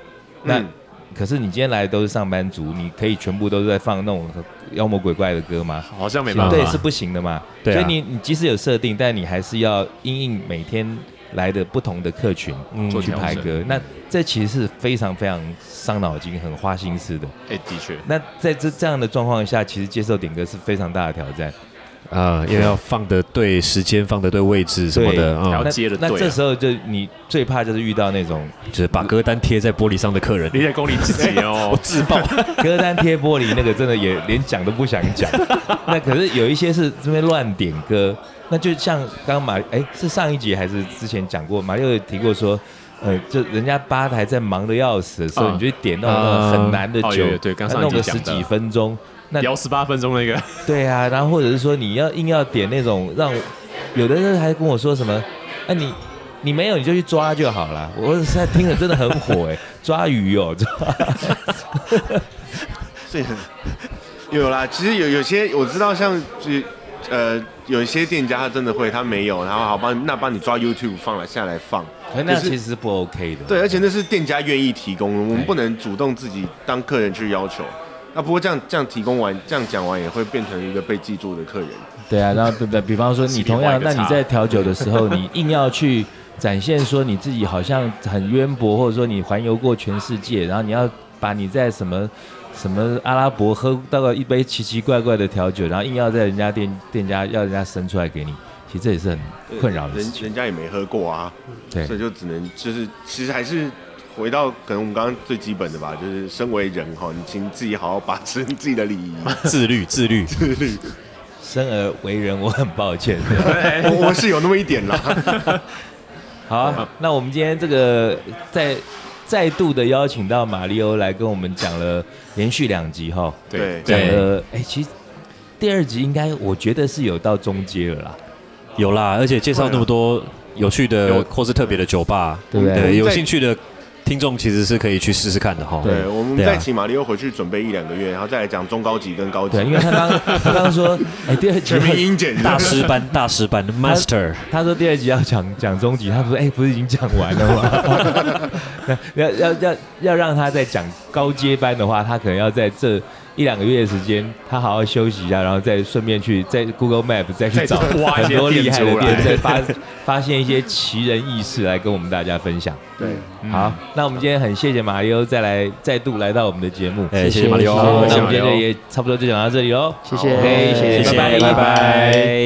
Speaker 4: 那、
Speaker 1: 嗯
Speaker 4: 可是你今天来的都是上班族，你可以全部都是在放那种妖魔鬼怪的歌吗？
Speaker 3: 好像
Speaker 2: 啊
Speaker 3: 没办法，
Speaker 4: 对，是不行的嘛。
Speaker 2: 对啊
Speaker 4: 所以你你即使有设定，但你还是要因应每天来的不同的客群
Speaker 2: 嗯
Speaker 3: 做
Speaker 4: 去
Speaker 3: 调
Speaker 4: 排
Speaker 3: 整。
Speaker 4: 歌。那这其实是非常非常伤脑筋、很花心思的。
Speaker 3: 哎，的确，
Speaker 4: 那在这这样的状况下，其实接受点歌是非常大的挑战。
Speaker 2: 啊，因为要放的对时间，放的对位置什么的啊
Speaker 3: 要，
Speaker 4: 那
Speaker 3: 接着对啊
Speaker 4: 那这时候就你最怕就是遇到那种
Speaker 2: 就是把歌单贴在玻璃上的客人，
Speaker 3: 你在公里自 己哦，
Speaker 2: 自爆，
Speaker 4: 歌单贴玻璃那个真的也连讲都不想讲。 那可是有一些是这边乱点歌，那就像刚刚马哎是上一集还是之前讲过，马六有提过说，呃，就人家吧台在忙得要死的时候，
Speaker 3: 嗯
Speaker 4: 你就点那种那种很难的
Speaker 3: 哦
Speaker 4: 酒
Speaker 3: 有有，对刚上一
Speaker 4: 弄
Speaker 3: 集
Speaker 4: 个
Speaker 3: 讲
Speaker 4: 十
Speaker 3: 的
Speaker 4: 几分钟，那
Speaker 3: 聊十八分钟那个，
Speaker 4: 对啊，然后或者是说你要硬要点那种让有的人还跟我说什么，哎、你。你没有你就去抓就好了，我实在听了真的很火哎、抓鱼哦、 抓
Speaker 1: 这个 有啦，其实有有些我知道像，是呃有一些店家他真的会，他没有，然后好帮那帮你抓 YouTube 放了下来放。
Speaker 4: 哎那
Speaker 1: 可是
Speaker 4: 其实是不 OK 的。
Speaker 1: 对，而且那是店家愿意提供的，我们不能主动自己当客人去要求。那不过这样这样提供完，这样讲完也会变成一个被记住的客人。
Speaker 4: 对 啊，然后比比比方说，你
Speaker 3: 心里
Speaker 4: 同
Speaker 3: 画
Speaker 4: 样
Speaker 3: 一，个
Speaker 4: 那你
Speaker 3: 叉
Speaker 4: 在调酒的时 候，你硬要去展现说你自己好像很渊博，或者说你环游过全世界，然后你要把你在什么什么阿拉伯喝到了一杯奇奇怪怪的调酒，然后硬要在人家店店家要人家生出来给你，其实这也是很困扰的事
Speaker 1: 人
Speaker 4: 情。
Speaker 1: 人家也没喝过啊，
Speaker 4: 对
Speaker 1: 所以就只能就是其实还是。回到可能我们刚刚最基本的吧，就是身为人哈，你请自己好好把持自己的礼仪。
Speaker 2: 自律自律，
Speaker 4: 生而为人，我很抱 歉。
Speaker 1: 我我是有那么一点啦，
Speaker 4: 好啊，那我们今天这个再再度的邀请到马里欧来跟我们讲了连续两集哈。
Speaker 1: 对
Speaker 4: 讲
Speaker 2: 对
Speaker 4: 了，哎、其实第二集应该我觉得是有到中阶了啦，
Speaker 2: 有啦，而且介绍那么多有趣的或是特别的酒吧，
Speaker 4: 啊对不对
Speaker 2: 对，有
Speaker 1: 在
Speaker 2: 兴趣的听众其实是可以去试试看的哈。
Speaker 1: 对，我们
Speaker 2: 对啊
Speaker 1: 再请马里奥回去准备一两个月，然后再来讲中高级跟高级
Speaker 4: 对，，因为他刚他刚说，哎、第二集
Speaker 1: 全民英检
Speaker 2: 大师班，大师班，Master，
Speaker 4: 他说第二集要讲讲终极，他说哎、不是已经讲完了吗？要要要要让他再讲高阶班的话，他可能要在这一两个月的时间，他好好休息一下，然后再顺便去在 Google Map 再去
Speaker 3: 再
Speaker 4: 找
Speaker 3: 挖一
Speaker 4: 很
Speaker 3: 些
Speaker 4: 多厉
Speaker 3: 店
Speaker 4: 害的
Speaker 3: 出来
Speaker 4: 店，再发发现一些奇人异事来跟我们大家分享。嗯
Speaker 1: 对，
Speaker 4: 好，那我们今天很谢谢马里欧再来再度来到我们的节目，
Speaker 2: 哎，谢
Speaker 5: 谢谢
Speaker 2: 谢马里
Speaker 5: 好
Speaker 2: 奥
Speaker 4: 那我
Speaker 3: 谢谢
Speaker 4: 们
Speaker 3: 马
Speaker 4: 今
Speaker 3: 里
Speaker 4: 天
Speaker 3: 奥
Speaker 4: 也差不多就讲到这里喽。
Speaker 5: 谢谢
Speaker 4: OK，
Speaker 2: 谢
Speaker 4: 谢
Speaker 2: 谢拜
Speaker 4: 拜
Speaker 2: 拜
Speaker 4: 拜。